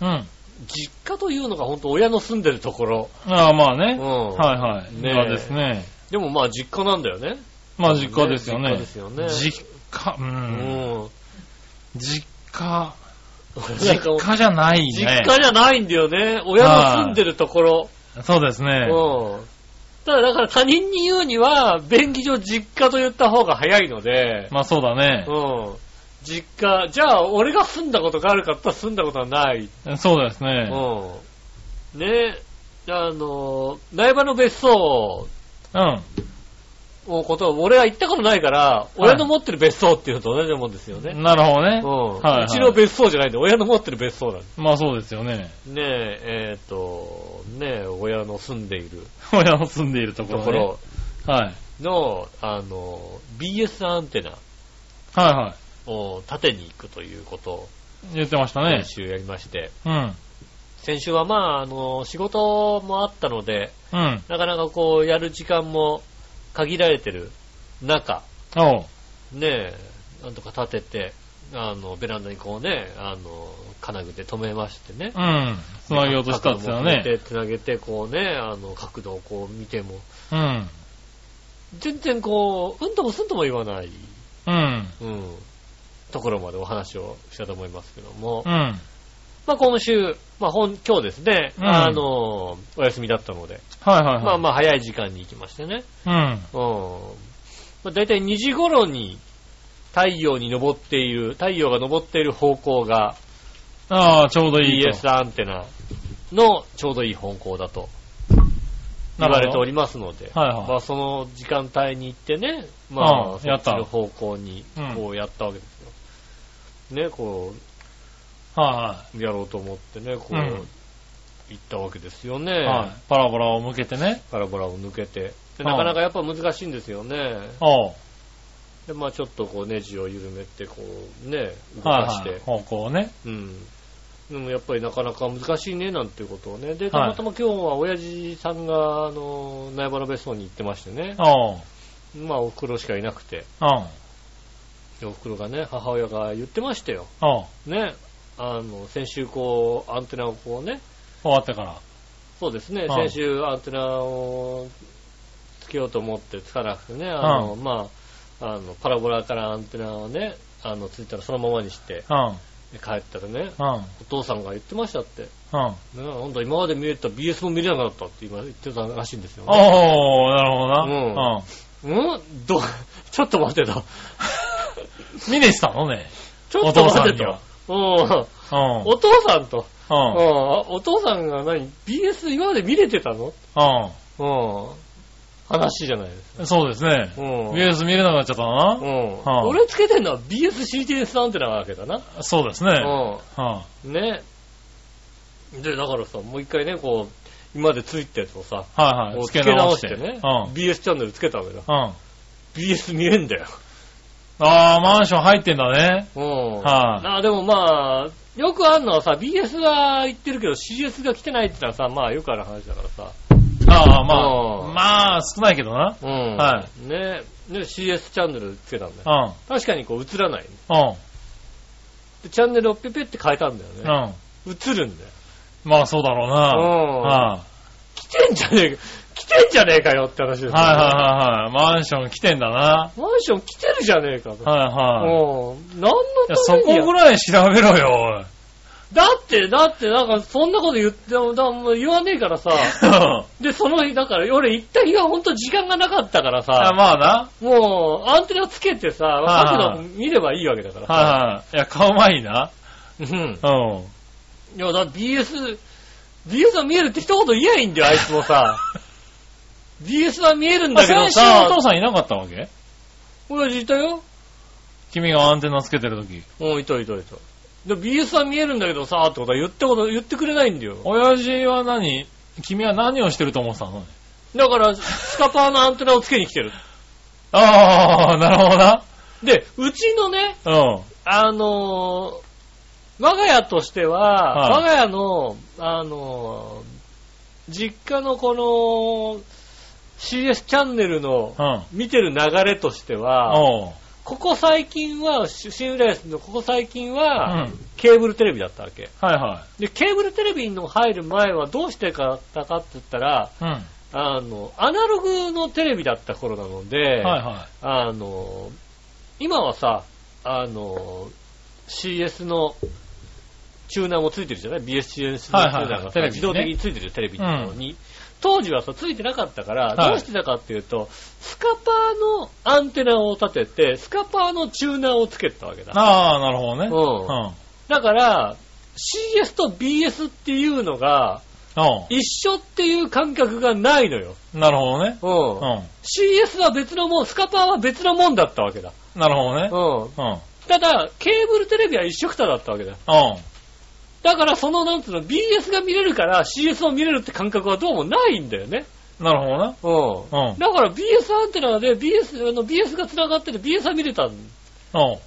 Speaker 3: うん。
Speaker 2: 実家というのが本当親の住んでるところ。
Speaker 3: ああ、まあ
Speaker 2: う
Speaker 3: ね。
Speaker 2: ん。
Speaker 3: はいはい。
Speaker 2: ねえ
Speaker 3: そうですね。
Speaker 2: でもまあ実家なんだよね。
Speaker 3: まあ実家ですよね。
Speaker 2: 実家ですよね
Speaker 3: 実家、う。
Speaker 2: うんん。
Speaker 3: 実
Speaker 2: 実家
Speaker 3: 家、実
Speaker 2: も
Speaker 3: 家じゃないね。
Speaker 2: 実家じゃないんだよね。親の住んでるところ。
Speaker 3: そうですね。
Speaker 2: うん。ただだから他人に言うには、便宜上実家と言った方が早いので、
Speaker 3: まあそうだね。
Speaker 2: うん。実家、じゃあ俺が住んだことがあるかって言ったら住んだことはない。
Speaker 3: そうですね。
Speaker 2: うん。ねあの、苗場の別荘
Speaker 3: うん。
Speaker 2: をことは、俺は行ったことないから、親の持ってる別荘っていうのと同じもんですよね。
Speaker 3: なるほどね。
Speaker 2: うん。
Speaker 3: はいはいう
Speaker 2: ちの別荘じゃないんで、親の持ってる別荘なんで。
Speaker 3: まあそうですよね。
Speaker 2: ねえ、えっ、と、ねえ、親の住んでいる
Speaker 3: 親の住んでいるとことろ、ね。
Speaker 2: ころ
Speaker 3: はい。
Speaker 2: の、あの、BS アンテナ
Speaker 3: はいは
Speaker 2: を立てに行くということを、
Speaker 3: い。言ってましたね
Speaker 2: 先。週やりまして、
Speaker 3: うん。
Speaker 2: 先週はまあ、あの、仕事もあったので、
Speaker 3: うん。
Speaker 2: なかなかこう、やる時間も限られてる中、
Speaker 3: おう。
Speaker 2: ねえ、なんとか立てて、あの、ベランダにこうね、あの、金具で留めましてね。
Speaker 3: うん。つなげようとしたんですよ
Speaker 2: 角度も
Speaker 3: ね。
Speaker 2: 決めてつなげて、こうね、あの、角度をこう見ても、
Speaker 3: うん。
Speaker 2: 全然こう、うんともすんとも言わない、
Speaker 3: うん。
Speaker 2: うん、ところまでお話をしたと思いますけども、
Speaker 3: うん。
Speaker 2: まあ今週、まあ本、今日ですね、
Speaker 3: うん
Speaker 2: あの、お休みだったので、
Speaker 3: はいはいはい。
Speaker 2: まあまあ早い時間に行きましてね、
Speaker 3: うん。
Speaker 2: うん。まあ大体2時頃に、太陽に昇っている、太陽が昇っている方向が、
Speaker 3: ああ、ちょうどいいと。
Speaker 2: BS アンテナのちょうどいい方向だと言われておりますので、
Speaker 3: はいはい
Speaker 2: まあ、その時間帯に行ってね、ま
Speaker 3: う
Speaker 2: あ、
Speaker 3: ん
Speaker 2: そ
Speaker 3: や
Speaker 2: っ
Speaker 3: っ
Speaker 2: ち
Speaker 3: た
Speaker 2: の方向に
Speaker 3: うん
Speaker 2: こうやったわけですよ。ね、こ
Speaker 3: は
Speaker 2: う、やろうと思ってね、こう、
Speaker 3: うん
Speaker 2: 行ったわけですよね。
Speaker 3: いはい。はい。パラボラを向けてね。
Speaker 2: バラバラを抜けて。で
Speaker 3: うん
Speaker 2: なかなかやっぱ難しいんですよね。
Speaker 3: おう。
Speaker 2: で、まあちょっとこうネジを緩めて、こうね、動
Speaker 3: はい
Speaker 2: かして、
Speaker 3: はい。方向をね。
Speaker 2: うん。でもやっぱりなかなか難しいね、なんていうことをね。で、た
Speaker 3: は
Speaker 2: ま
Speaker 3: い
Speaker 2: たま今日は親父さんが、あの、苗場の別荘に行ってましてね。
Speaker 3: おう。
Speaker 2: まあ、お袋しかいなくて。
Speaker 3: うん。
Speaker 2: でお袋がね、母親が言ってましたよ。
Speaker 3: おう。
Speaker 2: ね。あの、先週こう、アンテナをこうね。
Speaker 3: 終わってから。
Speaker 2: そうですね。
Speaker 3: ん
Speaker 2: 先週アンテナをつけようと思ってつかなくてね。あの、まあ、あの、パラボラからアンテナをね、あの、ついたらそのままにして、
Speaker 3: うん。
Speaker 2: で帰ったらね、
Speaker 3: うん。
Speaker 2: お父さんが言ってましたって。
Speaker 3: うん。
Speaker 2: ねなんだ今まで見れてた BS も見れなかったって今言ってたらしいんですよ、ね。
Speaker 3: おー、なるほどな。
Speaker 2: うんうん ど、ちょっと待てと。
Speaker 3: うん。見にしたのね。
Speaker 2: ちょっと
Speaker 3: お父さ
Speaker 2: 待
Speaker 3: ん
Speaker 2: てと
Speaker 3: には。
Speaker 2: うん
Speaker 3: うん。
Speaker 2: お父さんと。う
Speaker 3: う
Speaker 2: ん
Speaker 3: ん。
Speaker 2: お父さんが何 ?BS 今まで見れてたの
Speaker 3: う
Speaker 2: うん話じゃないですか。
Speaker 3: ん。そうですね。
Speaker 2: うん
Speaker 3: ビュース見れなくなっちゃったな
Speaker 2: う。ん
Speaker 3: はあ
Speaker 2: 俺つけてんのは BSCTS アンテナなわけだな。
Speaker 3: そうですね。
Speaker 2: うん
Speaker 3: うん
Speaker 2: ね。で、だからさ、もう一回ね、こう、今までついてたやつをさ、
Speaker 3: はい
Speaker 2: こ
Speaker 3: は
Speaker 2: う
Speaker 3: い。
Speaker 2: 付け直して
Speaker 3: 付け
Speaker 2: ね、
Speaker 3: 直して
Speaker 2: BS チャンネルつけたわけだ。
Speaker 3: うん。うん。
Speaker 2: BS 見えんだよ。
Speaker 3: あー、マンション入ってんだね。
Speaker 2: うん。
Speaker 3: はい
Speaker 2: なあ、でもまあ、よくあるのはさ、BS は言ってるけど CS が来てないってのはさ、まあよくある話だからさ。
Speaker 3: あー、ま
Speaker 2: う
Speaker 3: あ、
Speaker 2: ん
Speaker 3: まあ、少ないけどな。
Speaker 2: うん。
Speaker 3: はい
Speaker 2: ねね CS チャンネルつけたんだ
Speaker 3: う
Speaker 2: よ。
Speaker 3: ん。
Speaker 2: 確かにこう映らない。
Speaker 3: うん。
Speaker 2: でチャンネルをペペって変えたんだよ
Speaker 3: う
Speaker 2: ね。
Speaker 3: ん。
Speaker 2: 映るんだよ。
Speaker 3: まあ、そうだろう
Speaker 2: う
Speaker 3: な。
Speaker 2: ん
Speaker 3: はい
Speaker 2: 来てんじゃねえか、来てんじゃねえかよって話ですよね
Speaker 3: はいはいはい。マンション来てんだな。
Speaker 2: マンション来てるじゃねえかと。
Speaker 3: はいはい。
Speaker 2: うん。何の
Speaker 3: いや、そ
Speaker 2: ためにや
Speaker 3: こぐらい調べ ろよ、
Speaker 2: だって、だって、なんか、そんなこと言っても、だもう言わねえからさ。
Speaker 3: おいうん
Speaker 2: で、その日、だから、俺行った日がほんと時間がなかったからさ。
Speaker 3: あまあな。
Speaker 2: もう、アンテナつけてさ、
Speaker 3: はいはい
Speaker 2: 角度見ればいいわけだからさ。
Speaker 3: はいはい。いや、顔前いいな。
Speaker 2: うん。
Speaker 3: うん。
Speaker 2: いや、だって BS、BS は見えるって一言言えばいいんだよ、あいつも さ。BS は見えるん
Speaker 3: あ
Speaker 2: だけど
Speaker 3: 先週お
Speaker 2: さ
Speaker 3: 父、さんいなかったわけ
Speaker 2: 親父いたよ。
Speaker 3: 君がアンテナつけてるとき。
Speaker 2: うん、いたいたいた。で、BS は見えるんだけどさ、ってことは言ってこと、言ってくれないんだよ。
Speaker 3: 親父は何君は何をしてると思ってたの
Speaker 2: だから、スカパーのアンテナをつけに来てる。
Speaker 3: ああ、なるほどな。
Speaker 2: で、うちのね、
Speaker 3: うん。
Speaker 2: あのー我が家としては、
Speaker 3: はい
Speaker 2: 我が家の、あのー実家のこの CS チャンネルの
Speaker 3: うん。
Speaker 2: 見てる流れとしては、
Speaker 3: おう。
Speaker 2: ここ最近は、シシン浦安のここ最近
Speaker 3: うん。
Speaker 2: は、
Speaker 3: はい
Speaker 2: ケーブルテレビだったわけ。
Speaker 3: は
Speaker 2: で、ケーブルテレビの入る前はどうしてかったかって言ったら、
Speaker 3: い。うん。
Speaker 2: あの、アナログのテレビだった頃なので、
Speaker 3: はいは
Speaker 2: あの、今はさ、あの、CS のチューナーもついてるじゃない ?BSCS のチューナーがさ、
Speaker 3: はいはいはいテレビにね
Speaker 2: 自動的についてるよテレビの方に。当時はさ、ついてなかったから、
Speaker 3: はい
Speaker 2: どうしてたかっていうと、スカパーのアンテナを立てて、スカパーのチューナーをつけてたわけ
Speaker 3: い。
Speaker 2: だ。
Speaker 3: ああ、なるほどね。
Speaker 2: うん
Speaker 3: うん。
Speaker 2: だから、CS と BS っていうのが、
Speaker 3: お
Speaker 2: 一緒っていう感覚がないのよ。
Speaker 3: うなるほどね。
Speaker 2: うん。
Speaker 3: う
Speaker 2: CS は別のもん、スカパーは別のもんだったわけだ。
Speaker 3: ん。なるほどね。
Speaker 2: うん。
Speaker 3: うん。うん。
Speaker 2: ただ、ケーブルテレビは一緒くただったわけだよ。だから、その、なんつうの、BS が見れるから CS を見れるって感覚はどうもないんだよね。
Speaker 3: なるほどね。
Speaker 2: う
Speaker 3: うん。
Speaker 2: だから、BS アンテナで BS、あの、BS が繋がってて BS は見れたん
Speaker 3: おう。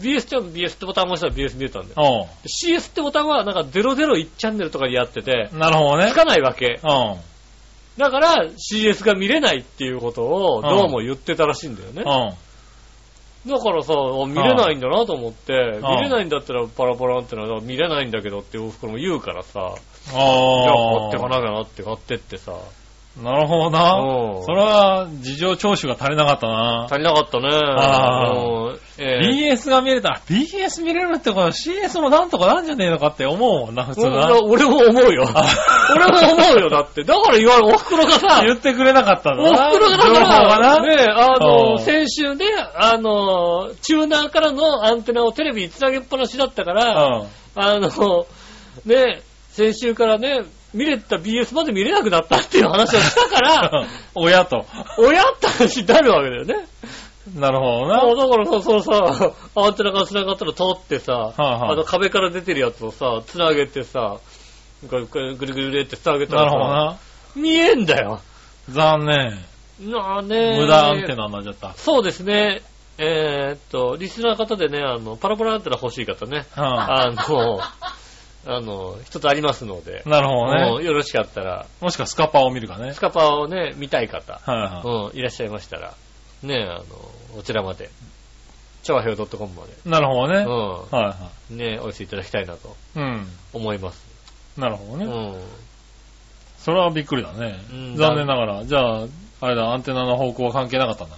Speaker 2: BS ちゃん、BS ってボタンを押したら BS 見れたんだよ。
Speaker 3: お
Speaker 2: CS ってボタンはなんか001チャンネルとかでやってて、
Speaker 3: う。なるほどね
Speaker 2: つ。かないわけ。
Speaker 3: うん。
Speaker 2: だから、CS が見れないっていうことを、どうも言ってたらしいんだよね。
Speaker 3: うん。
Speaker 2: だからさ、あ見れないんだなと思って、
Speaker 3: ああ
Speaker 2: 見れないんだったらパラパラってのは見れないんだけどってお袋も言うからさ、
Speaker 3: あ
Speaker 2: じゃあ
Speaker 3: あ
Speaker 2: 買ってかなきゃなって買ってってさ、
Speaker 3: なるほどな。
Speaker 2: うん
Speaker 3: それは、事情聴取が足りなかったな。
Speaker 2: 足りなかったね。
Speaker 3: ああ
Speaker 2: うんえー
Speaker 3: BS が見れた。BS 見れるってことは CS もなんとかなんじゃねえのかって思うもんな、普通
Speaker 2: 俺
Speaker 3: な。
Speaker 2: も俺も思うよ。俺も思うよ、だって。だから言われ、お袋が さ、
Speaker 3: 言ってくれなかったんだ
Speaker 2: お
Speaker 3: な。
Speaker 2: 袋が
Speaker 3: 情
Speaker 2: だ
Speaker 3: 報
Speaker 2: から、
Speaker 3: がな。
Speaker 2: ねえ、あ
Speaker 3: う
Speaker 2: の、
Speaker 3: ん
Speaker 2: 先週ね、あの、チューナーからのアンテナをテレビにつなげっぱなしだったから、 あの、ね、先週からね、見れてた BS まで見れなくなったっていう話をしたか
Speaker 3: うん
Speaker 2: ら、。
Speaker 3: 親と。
Speaker 2: 親って話になるわけだよね。
Speaker 3: なるほどな。
Speaker 2: そうだからさ、そのさ、アンテナが繋がったら取ってさ、
Speaker 3: あはあ
Speaker 2: あの壁から出てるやつをさ、繋げてさ、ぐるぐるぐるぐるって繋げた
Speaker 3: なるほど
Speaker 2: らさ、
Speaker 3: な。
Speaker 2: 見えんだよ。
Speaker 3: 残念。
Speaker 2: なあね
Speaker 3: 無駄アンテナになっちゃった。
Speaker 2: そうですね。えーっと、リスナー方でね、あの、パラパラアンテナ欲しい方ね、
Speaker 3: う
Speaker 2: あの、 あの、一つありますので
Speaker 3: ん。、なるほど
Speaker 2: もう
Speaker 3: ね。
Speaker 2: よろしかったら、
Speaker 3: もしくはスカパーを見るかね
Speaker 2: ス。カパーをね、見たい方、
Speaker 3: はいは
Speaker 2: うん、いらっしゃいましたら、ねえ、あの、こちらまで、調和表 .com まで、
Speaker 3: い。なるほどね。
Speaker 2: う
Speaker 3: はいは
Speaker 2: ん、ねえ、お寄せいただきたいなと
Speaker 3: い。うん。
Speaker 2: 思います。
Speaker 3: なるほど
Speaker 2: う
Speaker 3: ね。
Speaker 2: ん。
Speaker 3: それはびっくりだね
Speaker 2: うん。
Speaker 3: 残念ながら。じゃあ、あれだ、アンテナの方向は関係なかったんだ。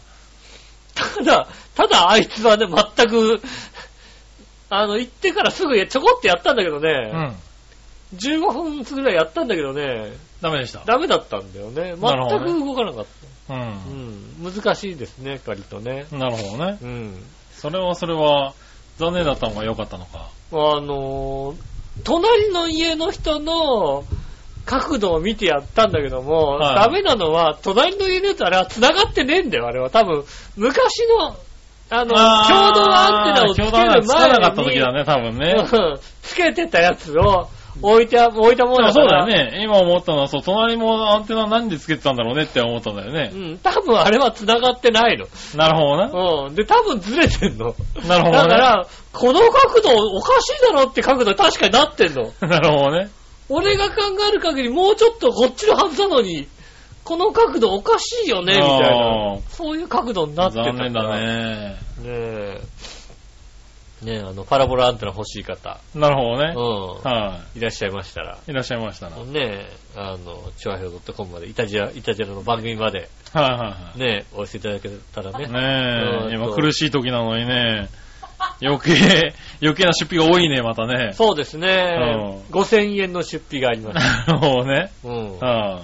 Speaker 2: ただ、ただあいつはね、全く、 あの、行ってからすぐちょこってやったんだけど
Speaker 3: う
Speaker 2: ね、
Speaker 3: ん。
Speaker 2: 15分ぐらいやったんだけどね、
Speaker 3: ダメでした。
Speaker 2: ダメだったんだよね。全く
Speaker 3: なるほどね
Speaker 2: 動かなかっ
Speaker 3: う。
Speaker 2: た。うんん。難しいですね、割とね。
Speaker 3: なるほどね。
Speaker 2: うん。
Speaker 3: それはそれは、残念だったのが良かったのか。
Speaker 2: あのー隣の家の人の角度を見てやったんだけども、
Speaker 3: はい
Speaker 2: ダメなのは、隣の家のやつあれは繋がってねえんだよ、あれは。多分、昔の、あの、
Speaker 3: あー
Speaker 2: 共同アンテナをつける
Speaker 3: 共
Speaker 2: 前
Speaker 3: 同アンテナ
Speaker 2: に、
Speaker 3: つかなかった時だね、多分ね。
Speaker 2: うんつけてたやつを置いて、置いたもの
Speaker 3: でも
Speaker 2: だ
Speaker 3: そ
Speaker 2: か
Speaker 3: うだ
Speaker 2: ら。
Speaker 3: よね。今思ったのは、そう、隣もアンテナ何でつけてたんだろうねって思ったんだよね。
Speaker 2: うん、多分あれは繋がってないの。
Speaker 3: なるほどね。
Speaker 2: うん。で、多分ずれてんの。
Speaker 3: なるほどね。
Speaker 2: だから、この角度おかしいだろって角度確かになってんの。
Speaker 3: なるほどね。
Speaker 2: 俺が考える限りもうちょっとこっちのはずなのに、この角度おかしいよね、みたい
Speaker 3: あ
Speaker 2: な
Speaker 3: ー。
Speaker 2: そういう角度になってたから
Speaker 3: 残念だ。ね。
Speaker 2: ねえ。ねえ、あの、パラボラアンテナ欲しい方、
Speaker 3: なるほどね。
Speaker 2: う
Speaker 3: は
Speaker 2: ん。いらっしゃいましたら、
Speaker 3: い。いらっしゃいましたな。はい
Speaker 2: ねえ、あの、チュアヘオ .com まで、イタジラ、イタジラの番組まで、
Speaker 3: は
Speaker 2: ねえ、お寄せいただけたら
Speaker 3: い
Speaker 2: ね。
Speaker 3: はい。ね
Speaker 2: うん
Speaker 3: え、
Speaker 2: そ
Speaker 3: 今
Speaker 2: う
Speaker 3: 苦しい時なのにね、余計、 余計な出費が多いね、またね。
Speaker 2: そうですね。
Speaker 3: う
Speaker 2: 5000円の出費がありま した。
Speaker 3: なるほどね。
Speaker 2: うん。
Speaker 3: は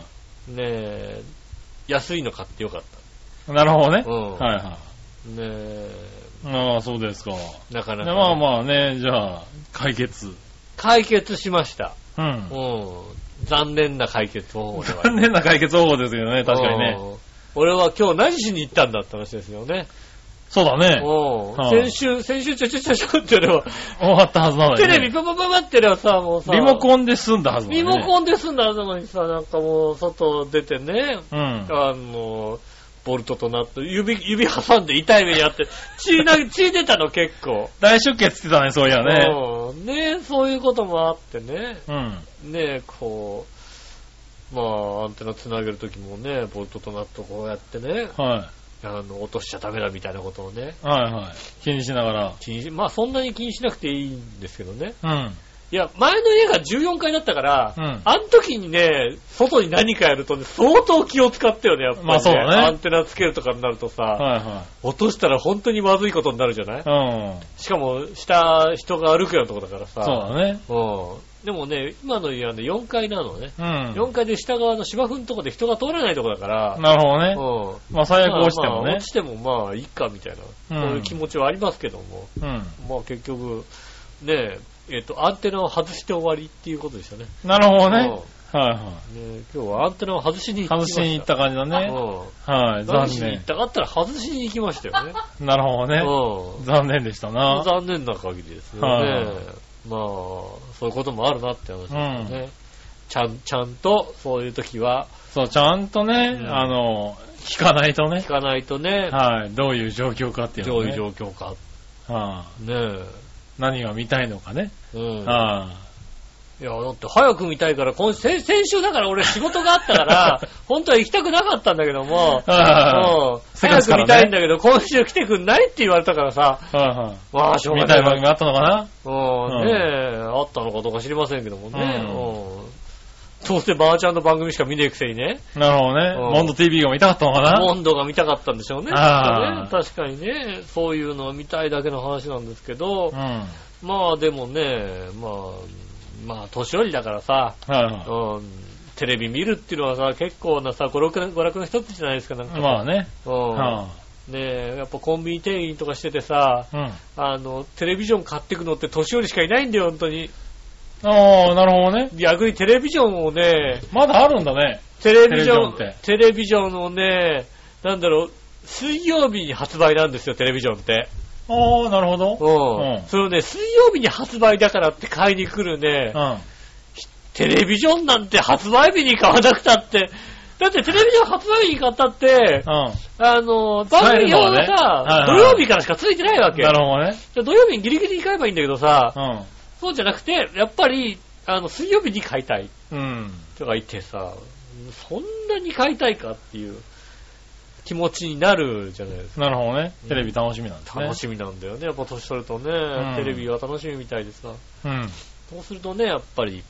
Speaker 2: ねえ、安いの買ってよかっ
Speaker 3: いなるほどね。
Speaker 2: た。うん。
Speaker 3: はいは
Speaker 2: ねえ、
Speaker 3: い。ああ、そうですか。
Speaker 2: なか
Speaker 3: で
Speaker 2: なかね、
Speaker 3: まあまあね、じゃあ、解決。
Speaker 2: 解決しました。
Speaker 3: うん
Speaker 2: う。ん。残念な解決方法ではあり
Speaker 3: 残
Speaker 2: ます
Speaker 3: 念な解決方法ですけどね、確かにね。
Speaker 2: うん俺は今日何しに行ったんだって話ですよね。
Speaker 3: そうだね。
Speaker 2: うん
Speaker 3: はあ
Speaker 2: 先週、先週ちょちょちょちょってやれば、
Speaker 3: 終わったはずなのに
Speaker 2: テ
Speaker 3: ね。
Speaker 2: レビパパパパってやればさ、もうさ、
Speaker 3: リモコンで済んだはずなの
Speaker 2: リ
Speaker 3: にね
Speaker 2: モコンで済んだはずなのにさ、なんかもう外出てね、
Speaker 3: うん。
Speaker 2: あの、ボルトとなって、指、指挟んで痛い目にあって、血な、血出たの結構。
Speaker 3: 大出血ってたね、そういやね。
Speaker 2: うんねそういうこともあってね。
Speaker 3: うん。
Speaker 2: ねこまあ、アンテナ繋げるときもね、ボルトとナットこうやってね、
Speaker 3: は
Speaker 2: あの、落としちゃダメだみたいなことをね、
Speaker 3: い。はいはい。気にしなが
Speaker 2: 気にし、まあそんなに気にしなくていいんですけどね。
Speaker 3: ら。うん。
Speaker 2: いや、前の家が14階だったから、
Speaker 3: うん
Speaker 2: あの時にね、外に何かやるとね、相当気を使ったよね、やっぱり、ね。
Speaker 3: まあそうだね
Speaker 2: アンテナつけるとかになるとさ、
Speaker 3: は
Speaker 2: 落としたら本当にまずいことになるじゃない
Speaker 3: いはい。うん。
Speaker 2: しかも、下、人が歩くようなとこだから
Speaker 3: そ
Speaker 2: さ。
Speaker 3: うだね。
Speaker 2: うん。でもね、今の家はね、4階なのね。
Speaker 3: うん。
Speaker 2: 4階で下側の芝生のとこで人が通らないとこだから、
Speaker 3: なるほどね。
Speaker 2: うん。
Speaker 3: まあ最悪落ちても
Speaker 2: まあまあ
Speaker 3: ね
Speaker 2: 落。ちてもまあ、いいか、みたいな、
Speaker 3: うん
Speaker 2: そういう気持ちはありますけども。
Speaker 3: うん。
Speaker 2: まあ結局、ねえ、えっ、と、アンテナを外して終わりっていうことでしたね。
Speaker 3: なるほどね。
Speaker 2: うん
Speaker 3: はいは
Speaker 2: ね、今日はアンテナを外しに行き
Speaker 3: い。
Speaker 2: ま
Speaker 3: 外
Speaker 2: し。
Speaker 3: したに行った感じだね。はい。
Speaker 2: うん。外
Speaker 3: 残
Speaker 2: しに行
Speaker 3: 念
Speaker 2: っ。たかったら外しに行きましたよね。
Speaker 3: なるほどね。
Speaker 2: うん。
Speaker 3: 残念でしたな。
Speaker 2: 残念な限りですよ
Speaker 3: はい
Speaker 2: ね。まあ、そういうこともあるなって話ですよね。ちゃん、ちゃんと、そういう時は、
Speaker 3: そう、ちゃんとね、
Speaker 2: うん
Speaker 3: あの、聞かないとね
Speaker 2: 聞。かないとね、
Speaker 3: はい。どういう状況かっていうの
Speaker 2: ど
Speaker 3: を
Speaker 2: う
Speaker 3: ね。
Speaker 2: いう状況か。
Speaker 3: は
Speaker 2: ねえ。
Speaker 3: い何が見たいのかね。
Speaker 2: うん。
Speaker 3: はい
Speaker 2: や、だって早く見たいから、今先先週だから俺仕事があった から、本当は行きたくなかったんだけども、
Speaker 3: い。は
Speaker 2: うん
Speaker 3: せっ
Speaker 2: 早
Speaker 3: かく
Speaker 2: く
Speaker 3: から
Speaker 2: 見
Speaker 3: ね
Speaker 2: たいんだけど、今週来てくんないって言われたからさ、
Speaker 3: いはい。はい
Speaker 2: わあ、しょう
Speaker 3: 見
Speaker 2: がない
Speaker 3: た
Speaker 2: いな
Speaker 3: 番組あったのかな
Speaker 2: うん、
Speaker 3: うん
Speaker 2: ねえ、あったのかどうか知りませんけどもね。
Speaker 3: う
Speaker 2: うんどうせばあちゃんの番組しか見ねえくせにね、
Speaker 3: なるほどね。
Speaker 2: うん
Speaker 3: モンド TV が見たかったのかな
Speaker 2: モンドが見たかったんでしょうね。
Speaker 3: あー
Speaker 2: 確かにね、そういうのを見たいだけの話なんですけど
Speaker 3: うん。、は
Speaker 2: まあでもね、まあ、まあ年寄りだからさ、
Speaker 3: いは
Speaker 2: うん、テレビ見るっていうのはさ、結構なさ、娯楽娯楽の一つじゃないですか、なんか。
Speaker 3: い。まあね。
Speaker 2: うん
Speaker 3: は
Speaker 2: ねえ、やっぱコンビニ店員とかしててさ、
Speaker 3: いうん。
Speaker 2: あの、テレビジョン買ってくのって年寄りしかいないんだよ、本当に。
Speaker 3: ああ、なるほどね。
Speaker 2: 逆にテレビジョンをね、
Speaker 3: まだあるんだね。
Speaker 2: テレビジョン、
Speaker 3: テレビジョン
Speaker 2: テレ
Speaker 3: って
Speaker 2: ビジョンをね、なんだろう、水曜日に発売なんですよ、テレビジョンって。
Speaker 3: ああ、なるほど。
Speaker 2: うん。
Speaker 3: うん
Speaker 2: それをね、水曜日に発売だからって買いに来るね、
Speaker 3: うん。
Speaker 2: テレビジョンなんて発売日に買わなくたって、だってテレビジョン発売日に買ったって、
Speaker 3: う
Speaker 2: あの、
Speaker 3: 使
Speaker 2: 番
Speaker 3: える
Speaker 2: 組
Speaker 3: のは
Speaker 2: 用
Speaker 3: ね
Speaker 2: がさ、
Speaker 3: はいは
Speaker 2: 土
Speaker 3: い
Speaker 2: 曜日からしかついてないわ
Speaker 3: ん。
Speaker 2: け。
Speaker 3: なるほどね。
Speaker 2: じゃあ土曜日にギリギリに買えばいいんだけどさ、
Speaker 3: う
Speaker 2: そうじゃなくて、やっぱり、あの、水曜日に買いたい。
Speaker 3: ん。うん。
Speaker 2: とかいてさ、そんなに買いたいかっていう気持ちになるじゃないです
Speaker 3: なるほどね。テレビ楽しみなんです
Speaker 2: か。
Speaker 3: ね。
Speaker 2: 楽しみなんだよね。やっぱ年取るとね、
Speaker 3: ん
Speaker 2: テレビは楽しみみたいでさ。
Speaker 3: う
Speaker 2: そうするとね、やっぱり、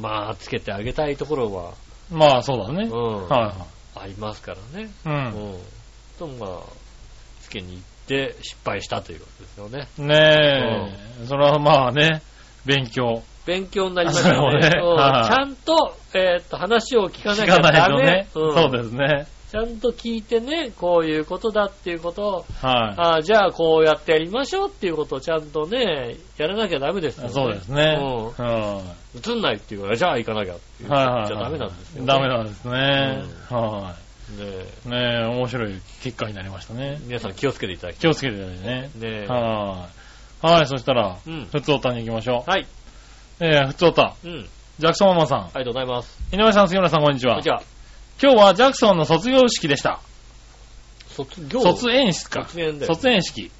Speaker 2: まあ、つけてあげたいところは、
Speaker 3: ん。まあ、そうだね。
Speaker 2: う
Speaker 3: は
Speaker 2: ん、
Speaker 3: いは
Speaker 2: ありますからね。
Speaker 3: い。
Speaker 2: う。
Speaker 3: うん
Speaker 2: と、まあ、つけに行って失敗したということですよね。
Speaker 3: ん。ねえ。それはまあね、勉強。
Speaker 2: 勉強になりました
Speaker 3: そう
Speaker 2: ね。
Speaker 3: ね
Speaker 2: うん
Speaker 3: はい
Speaker 2: ちゃんと、えーっと、話を聞かな
Speaker 3: 聞
Speaker 2: きゃ
Speaker 3: かない
Speaker 2: ダ
Speaker 3: と
Speaker 2: メ。
Speaker 3: ね。
Speaker 2: うん
Speaker 3: そうですね。
Speaker 2: ちゃんと聞いてね、こういうことだっていうことを、
Speaker 3: は
Speaker 2: あーじゃあこうやってやりましょうっていうことをちゃんとね、やらなきゃダメですよ
Speaker 3: い。
Speaker 2: ね。
Speaker 3: そうですね。
Speaker 2: う
Speaker 3: は
Speaker 2: 映んないっていうから、じゃあ行かなきゃって
Speaker 3: い。
Speaker 2: いう。
Speaker 3: はいはいはい。
Speaker 2: じゃあダメなんですよ、ね。
Speaker 3: ダメなんですね。は
Speaker 2: ねえ
Speaker 3: い。ねえ、面白い結果になりましたね。
Speaker 2: 皆さん気をつけていただきた
Speaker 3: 気をつけて
Speaker 2: い。
Speaker 3: ね。
Speaker 2: ねえ
Speaker 3: はい。はい、そしたら、
Speaker 2: うん
Speaker 3: ふつおたに行きましょ
Speaker 2: はい。
Speaker 3: う。えー、ふつおた。
Speaker 2: うん。あり
Speaker 3: ジャクソンママさ
Speaker 2: がとうございます。
Speaker 3: ん。井上さん、杉村さん、こんにち
Speaker 2: こん
Speaker 3: は
Speaker 2: にち。は。
Speaker 3: 今日はジャクソンの卒業式でした。
Speaker 2: 卒業
Speaker 3: 卒園式か。
Speaker 2: 卒園だよ
Speaker 3: 卒園式。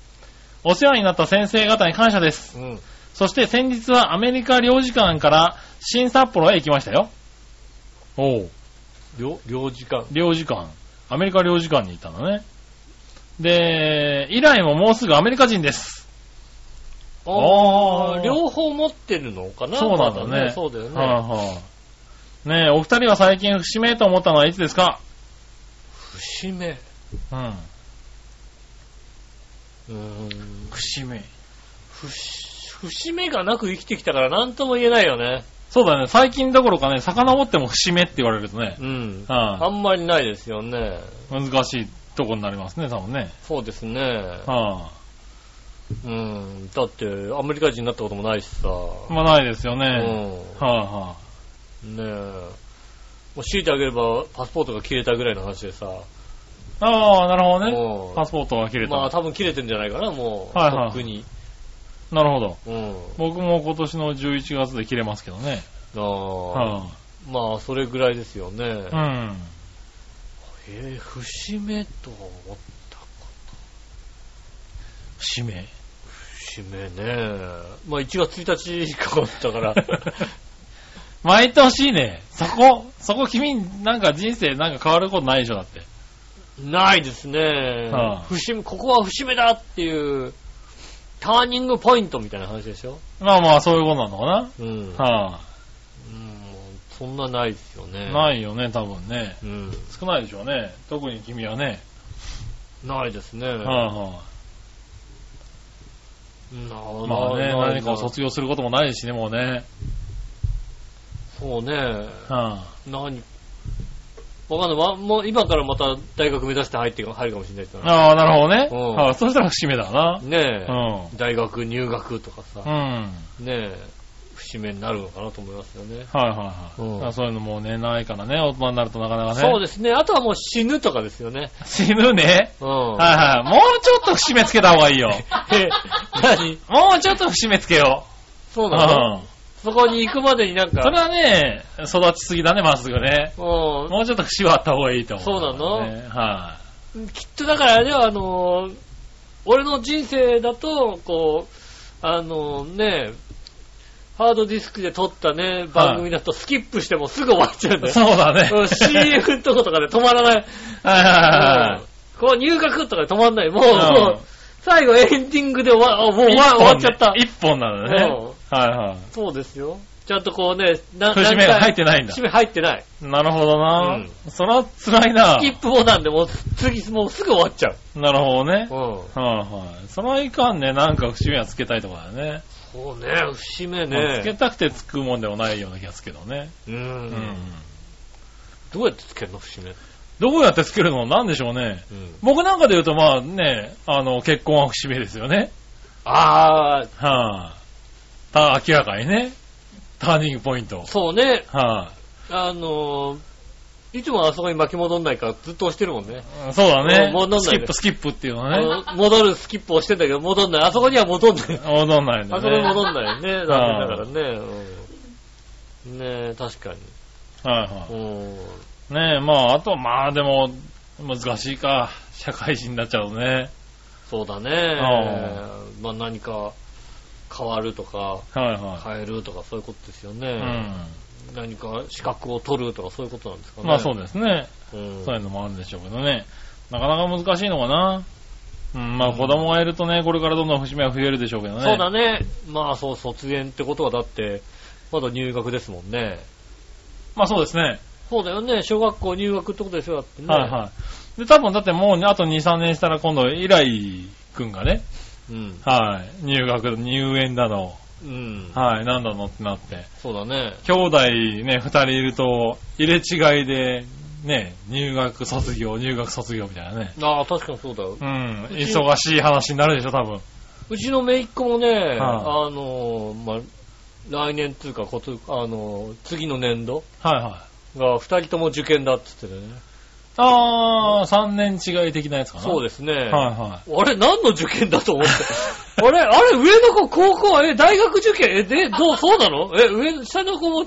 Speaker 3: お世話になった先生方に感謝です。
Speaker 2: うん。
Speaker 3: そして先日はアメリカ領事館から新札幌へ行きましたよ。おう。
Speaker 2: 両、両時間。
Speaker 3: 領事館。アメリカ領事館に行ったのね。で、以来ももうすぐアメリカ人です。
Speaker 2: あ
Speaker 3: あー
Speaker 2: あ、両方持ってるのかな
Speaker 3: そうなんだね
Speaker 2: まそうだよ
Speaker 3: はあ
Speaker 2: ね。
Speaker 3: はあ、ねえ、お二人は最近節目と思ったのはいつですか
Speaker 2: 節目。う
Speaker 3: うん。
Speaker 2: ーん。
Speaker 3: 節目。
Speaker 2: 節、節目がなく生きてきたから何とも言えないよね。
Speaker 3: そうだね、最近どころかね、遡っても節目って言われるとね、
Speaker 2: うん。
Speaker 3: は
Speaker 2: あんまりないですよね。
Speaker 3: あ難しいとこになりますね、多分ね。
Speaker 2: そうですね。
Speaker 3: は
Speaker 2: うん。だって、アメリカ人になったこともないしさ。
Speaker 3: あ、まあないですよ
Speaker 2: うん。
Speaker 3: ね。はいは
Speaker 2: ねえ。もう強いてあげれば、パスポートが切れたぐらいの話でさ。
Speaker 3: あ、ああ、なるほどね。
Speaker 2: も
Speaker 3: パスポートが切れ
Speaker 2: う
Speaker 3: た。
Speaker 2: まあ多分切れてんじゃないかな、もう。
Speaker 3: はいはい
Speaker 2: とっくに。
Speaker 3: なるほど。
Speaker 2: うん。
Speaker 3: 僕も今年の11月で切れますけどね。
Speaker 2: ああ
Speaker 3: は
Speaker 2: まあ、それぐらいですよね。
Speaker 3: あ、うん。
Speaker 2: えー、節目と思ったこ
Speaker 3: 節 目。
Speaker 2: と。節目ね。まあ1月1日かかったから。
Speaker 3: 巻いてほしいね。そこ、そこ君、なんか人生なんか変わることないでしょ、だって。
Speaker 2: ないですね。
Speaker 3: はあ
Speaker 2: 節目、ここは節目だっていう、ターニングポイントみたいな話でしょ
Speaker 3: まあまあ、そういうことなのかな。
Speaker 2: うん。
Speaker 3: は
Speaker 2: うんそんなないですよ
Speaker 3: い、
Speaker 2: ね。い。
Speaker 3: ないよね、多分ね。
Speaker 2: うん。
Speaker 3: 少ないでしょうね。特に君はね。
Speaker 2: ないですね。
Speaker 3: はいは。
Speaker 2: うんないあ
Speaker 3: まあね、
Speaker 2: ない
Speaker 3: 何かを卒業することもないしね、もうね。
Speaker 2: そうね。
Speaker 3: は
Speaker 2: 何わかんないわ。もう今からまた大学目指して入って入るかもしれないか
Speaker 3: いああ、なるほ
Speaker 2: うん
Speaker 3: どね。はい、そしたら節目だな
Speaker 2: ら。。ね
Speaker 3: う
Speaker 2: え、大学入学とかさ、
Speaker 3: ん。うん。はい
Speaker 2: ねえ、節目になるのかなと思いますよね。
Speaker 3: はいはい。
Speaker 2: うん
Speaker 3: あそういうのもうね、ないからね、大人になるとなかなかね。
Speaker 2: そうですね。あとはもう死ぬとかですよね。
Speaker 3: 死ぬね。
Speaker 2: うん。
Speaker 3: はいはい。もうちょっと節目つけた方がい いよ。
Speaker 2: え何
Speaker 3: もうちょっと節目つけよ
Speaker 2: そう
Speaker 3: う。う
Speaker 2: なの、
Speaker 3: ん。
Speaker 2: そこに行くまでになんか、
Speaker 3: それはね、育ちすぎだね、まっすぐね。
Speaker 2: う
Speaker 3: もうちょっと節はあった方がいいと思う。
Speaker 2: そうなの
Speaker 3: ねは
Speaker 2: ん、きっとだからあれはあのー俺の人生だと、こう、あのーね、ハードディスクで撮ったね、番組だとスキップしてもすぐ終わっちゃうんだよ。
Speaker 3: い。そうだね。
Speaker 2: うん CF のとことかで止まらない。
Speaker 3: はいはいはい。
Speaker 2: うんこう入学とかで止まんない。もう、
Speaker 3: ん
Speaker 2: もう最後エンディングで終わあもう終わ終わっちゃった。
Speaker 3: 一本なのね。はいはい。
Speaker 2: そうですよ。ちゃんとこうね、な
Speaker 3: 節目が入ってないんだ
Speaker 2: 締。め入ってない。
Speaker 3: なるほどな。
Speaker 2: うん
Speaker 3: それは辛いな
Speaker 2: ス。キップボタンでもう次、もうすぐ終わっちゃう。
Speaker 3: なるほどね。
Speaker 2: うん。
Speaker 3: はいはい。それはいかんね。なんか節目はつけたいとかだよね。
Speaker 2: そうね、節目
Speaker 3: まあつけ
Speaker 2: ね。
Speaker 3: たくてつくもんでもないような気がするけどね。
Speaker 2: う
Speaker 3: うん
Speaker 2: ん。。どうやってつけるの、節目。
Speaker 3: どうやってつけるのなんでしょうね。僕なんかで言うとまあね、あの、結婚は節目ですよね。
Speaker 2: ああ、
Speaker 3: はい、た、明らかにね。ターニングポイント。はい、
Speaker 2: そうね、あのー、いつもあそこに巻き戻んないからずっと押してるもんね。
Speaker 3: そうだね
Speaker 2: もう戻んない。で
Speaker 3: スキップ、スキップっていうの
Speaker 2: あ
Speaker 3: ね。
Speaker 2: の戻るスキップ押してんだけど、戻んない。あそこには戻んない。
Speaker 3: 戻んないんだ
Speaker 2: あ
Speaker 3: ね。
Speaker 2: そこに戻んないよね。残念だからね。うんねえ、確かに。
Speaker 3: はいはい、
Speaker 2: うん
Speaker 3: ねえ、まあ、あと、まあ、でも、難しいか。社会人になっちゃうとね。
Speaker 2: そうだね。まあ何か変わるとか、
Speaker 3: はいは
Speaker 2: 変えるとかそういうことですよ
Speaker 3: い。う
Speaker 2: ね。
Speaker 3: ん。
Speaker 2: 何か資格を取るとかそういうことなんですかね。
Speaker 3: まあ、そうですね。
Speaker 2: うん。
Speaker 3: そういうのもあるんでしょうけどね。なかなか難しいのかな。うん、まあ、子供がいるとね、これからどんどん節目は増えるでしょうけどね。
Speaker 2: そうだね。まあそう、卒園ってことはだって、まだ入学ですもんね。
Speaker 3: まあ、そうですね。
Speaker 2: そうだよね。小学校入学ってことですよ、だってね。
Speaker 3: はいはい。で、多分、だってもうね、あと2、3年したら今度、イライ君がね、
Speaker 2: うん。
Speaker 3: はい、入学、入園だの、
Speaker 2: うん。
Speaker 3: はい、なんだのってなって。
Speaker 2: そうだね。
Speaker 3: 兄弟ね、二人いると、入れ違いで、ね、入学卒業、入学卒業みたいなね。
Speaker 2: ああ、確かにそうだよ。
Speaker 3: うん、
Speaker 2: うち
Speaker 3: 忙しい話になるでしょ、多分。
Speaker 2: うちの姪っ子もね、
Speaker 3: は
Speaker 2: あの、まあ、来年つうか、ことあの、次の年度
Speaker 3: はいはい。
Speaker 2: が二人とも受験だって言ってるね。
Speaker 3: あー、三年違い的なやつかな。
Speaker 2: そう
Speaker 3: で
Speaker 2: ですね。
Speaker 3: はいは
Speaker 2: あれ、何の受験だと思って。 あれ、あれ、上の子、高校、え、大学受験、え、で、どう、そうなのえ、上、下の子も、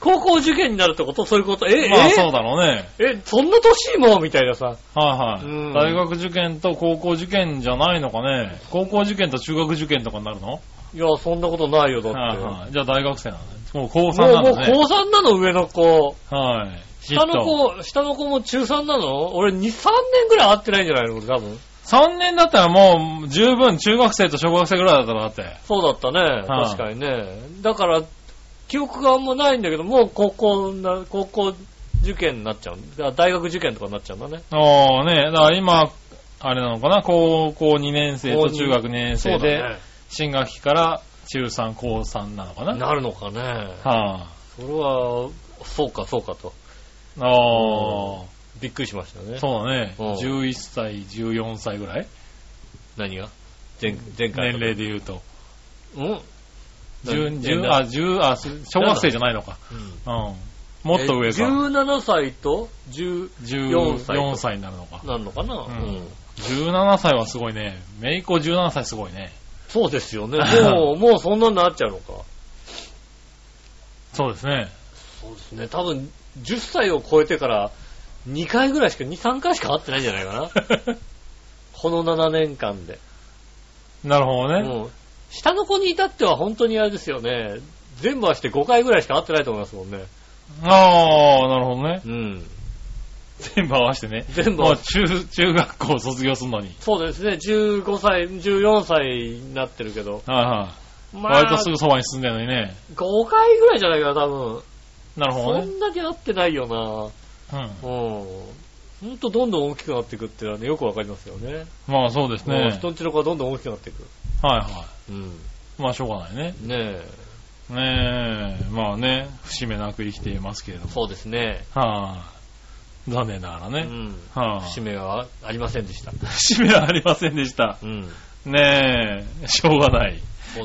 Speaker 2: 高校受験になるってことそういうことえ、
Speaker 3: い。まあ
Speaker 2: え
Speaker 3: そうだろうね。
Speaker 2: え、そんな年もみたいなさ。
Speaker 3: はい
Speaker 2: うん
Speaker 3: はい。大学受験と高校受験じゃないのかね。高校受験と中学受験とかになるの
Speaker 2: いや、そんなことないよ、だって。
Speaker 3: はいはい。じゃあ大学生なのね。もう高
Speaker 2: も
Speaker 3: 3な
Speaker 2: う、
Speaker 3: の
Speaker 2: もう
Speaker 3: ね。
Speaker 2: 高3なの、上の子。
Speaker 3: はい。
Speaker 2: 下の子、下の子も中3なの俺、2、3年ぐらい会ってないんじゃないの俺、多分。
Speaker 3: 3年だったらもう十分中学生と小学生ぐらいだったらだって。
Speaker 2: そうだったね。
Speaker 3: はい
Speaker 2: 確かにね。だから、記憶があんまないんだけど、もう高校な、高校受験になっちゃうんだ。大学受験とかになっちゃうんだね。
Speaker 3: ああね、だから今、あれなのかな、高校2年生
Speaker 2: 高
Speaker 3: と
Speaker 2: 二
Speaker 3: 中学2年
Speaker 2: そ
Speaker 3: 生
Speaker 2: うだ
Speaker 3: で、
Speaker 2: ね。
Speaker 3: 新学期から中3、高3なのかな。は
Speaker 2: なるのかね。
Speaker 3: あ、
Speaker 2: それは、そうか、そうかと。
Speaker 3: ああ、
Speaker 2: びっくりしましたね。
Speaker 3: そうだね。
Speaker 2: うん
Speaker 3: 11歳、14歳ぐらい
Speaker 2: 何が前前回と。
Speaker 3: 年齢で言うと。
Speaker 2: うん
Speaker 3: 10、
Speaker 2: 年
Speaker 3: 10
Speaker 2: 齢
Speaker 3: あ、10、あ、小学生じゃないのか。うん。もっと上
Speaker 2: え
Speaker 3: か。
Speaker 2: 17歳と10 14歳
Speaker 3: 14歳になるのか。
Speaker 2: なんのかな、うん
Speaker 3: ん17歳はすごいね。めいっ子17歳すごいね。
Speaker 2: そうです よね。もう、もうそんなになっちゃうのか。
Speaker 3: そうですね。
Speaker 2: そうですね。多分、10歳を超えてから、2回ぐらいしか、2、3回しか会ってないんじゃないか な。この7年間で。
Speaker 3: なるほどね。
Speaker 2: うん下の子に至っては本当にあれですよね。全部走って5回ぐらいしか会ってないと思いますもんね。
Speaker 3: ああ、なるほどね。
Speaker 2: うん。
Speaker 3: 全部合わせてね。
Speaker 2: 全部合
Speaker 3: も
Speaker 2: わ
Speaker 3: う中、中学校卒業するのに。
Speaker 2: そうですね、15歳、14歳になってるけど。
Speaker 3: はいはい。
Speaker 2: ま
Speaker 3: 割と
Speaker 2: あ、
Speaker 3: すぐそばに住んでるのにね。
Speaker 2: 5回ぐらいじゃないかな、多
Speaker 3: なるほ
Speaker 2: 分。そ
Speaker 3: どね。
Speaker 2: んだけ会ってないよな。
Speaker 3: うん。
Speaker 2: うん。ほんとどんどん大きくなっていくっていうのはね、よくわかりますよね。
Speaker 3: まあそうですね。
Speaker 2: もう
Speaker 3: はい
Speaker 2: 人んちの子はどんどん大きくなっていく。
Speaker 3: は
Speaker 2: うん。
Speaker 3: い。まあしょうがないね。
Speaker 2: ねえ。
Speaker 3: ねえ、まあね、節目なく生きていますけれども。
Speaker 2: そうですね。
Speaker 3: はあ。残念ながら
Speaker 2: う
Speaker 3: ね。
Speaker 2: ん。
Speaker 3: はあ。
Speaker 2: 節目はありませんでした。
Speaker 3: 節目はありませんでした。
Speaker 2: うん。
Speaker 3: ねえ、しょうがない。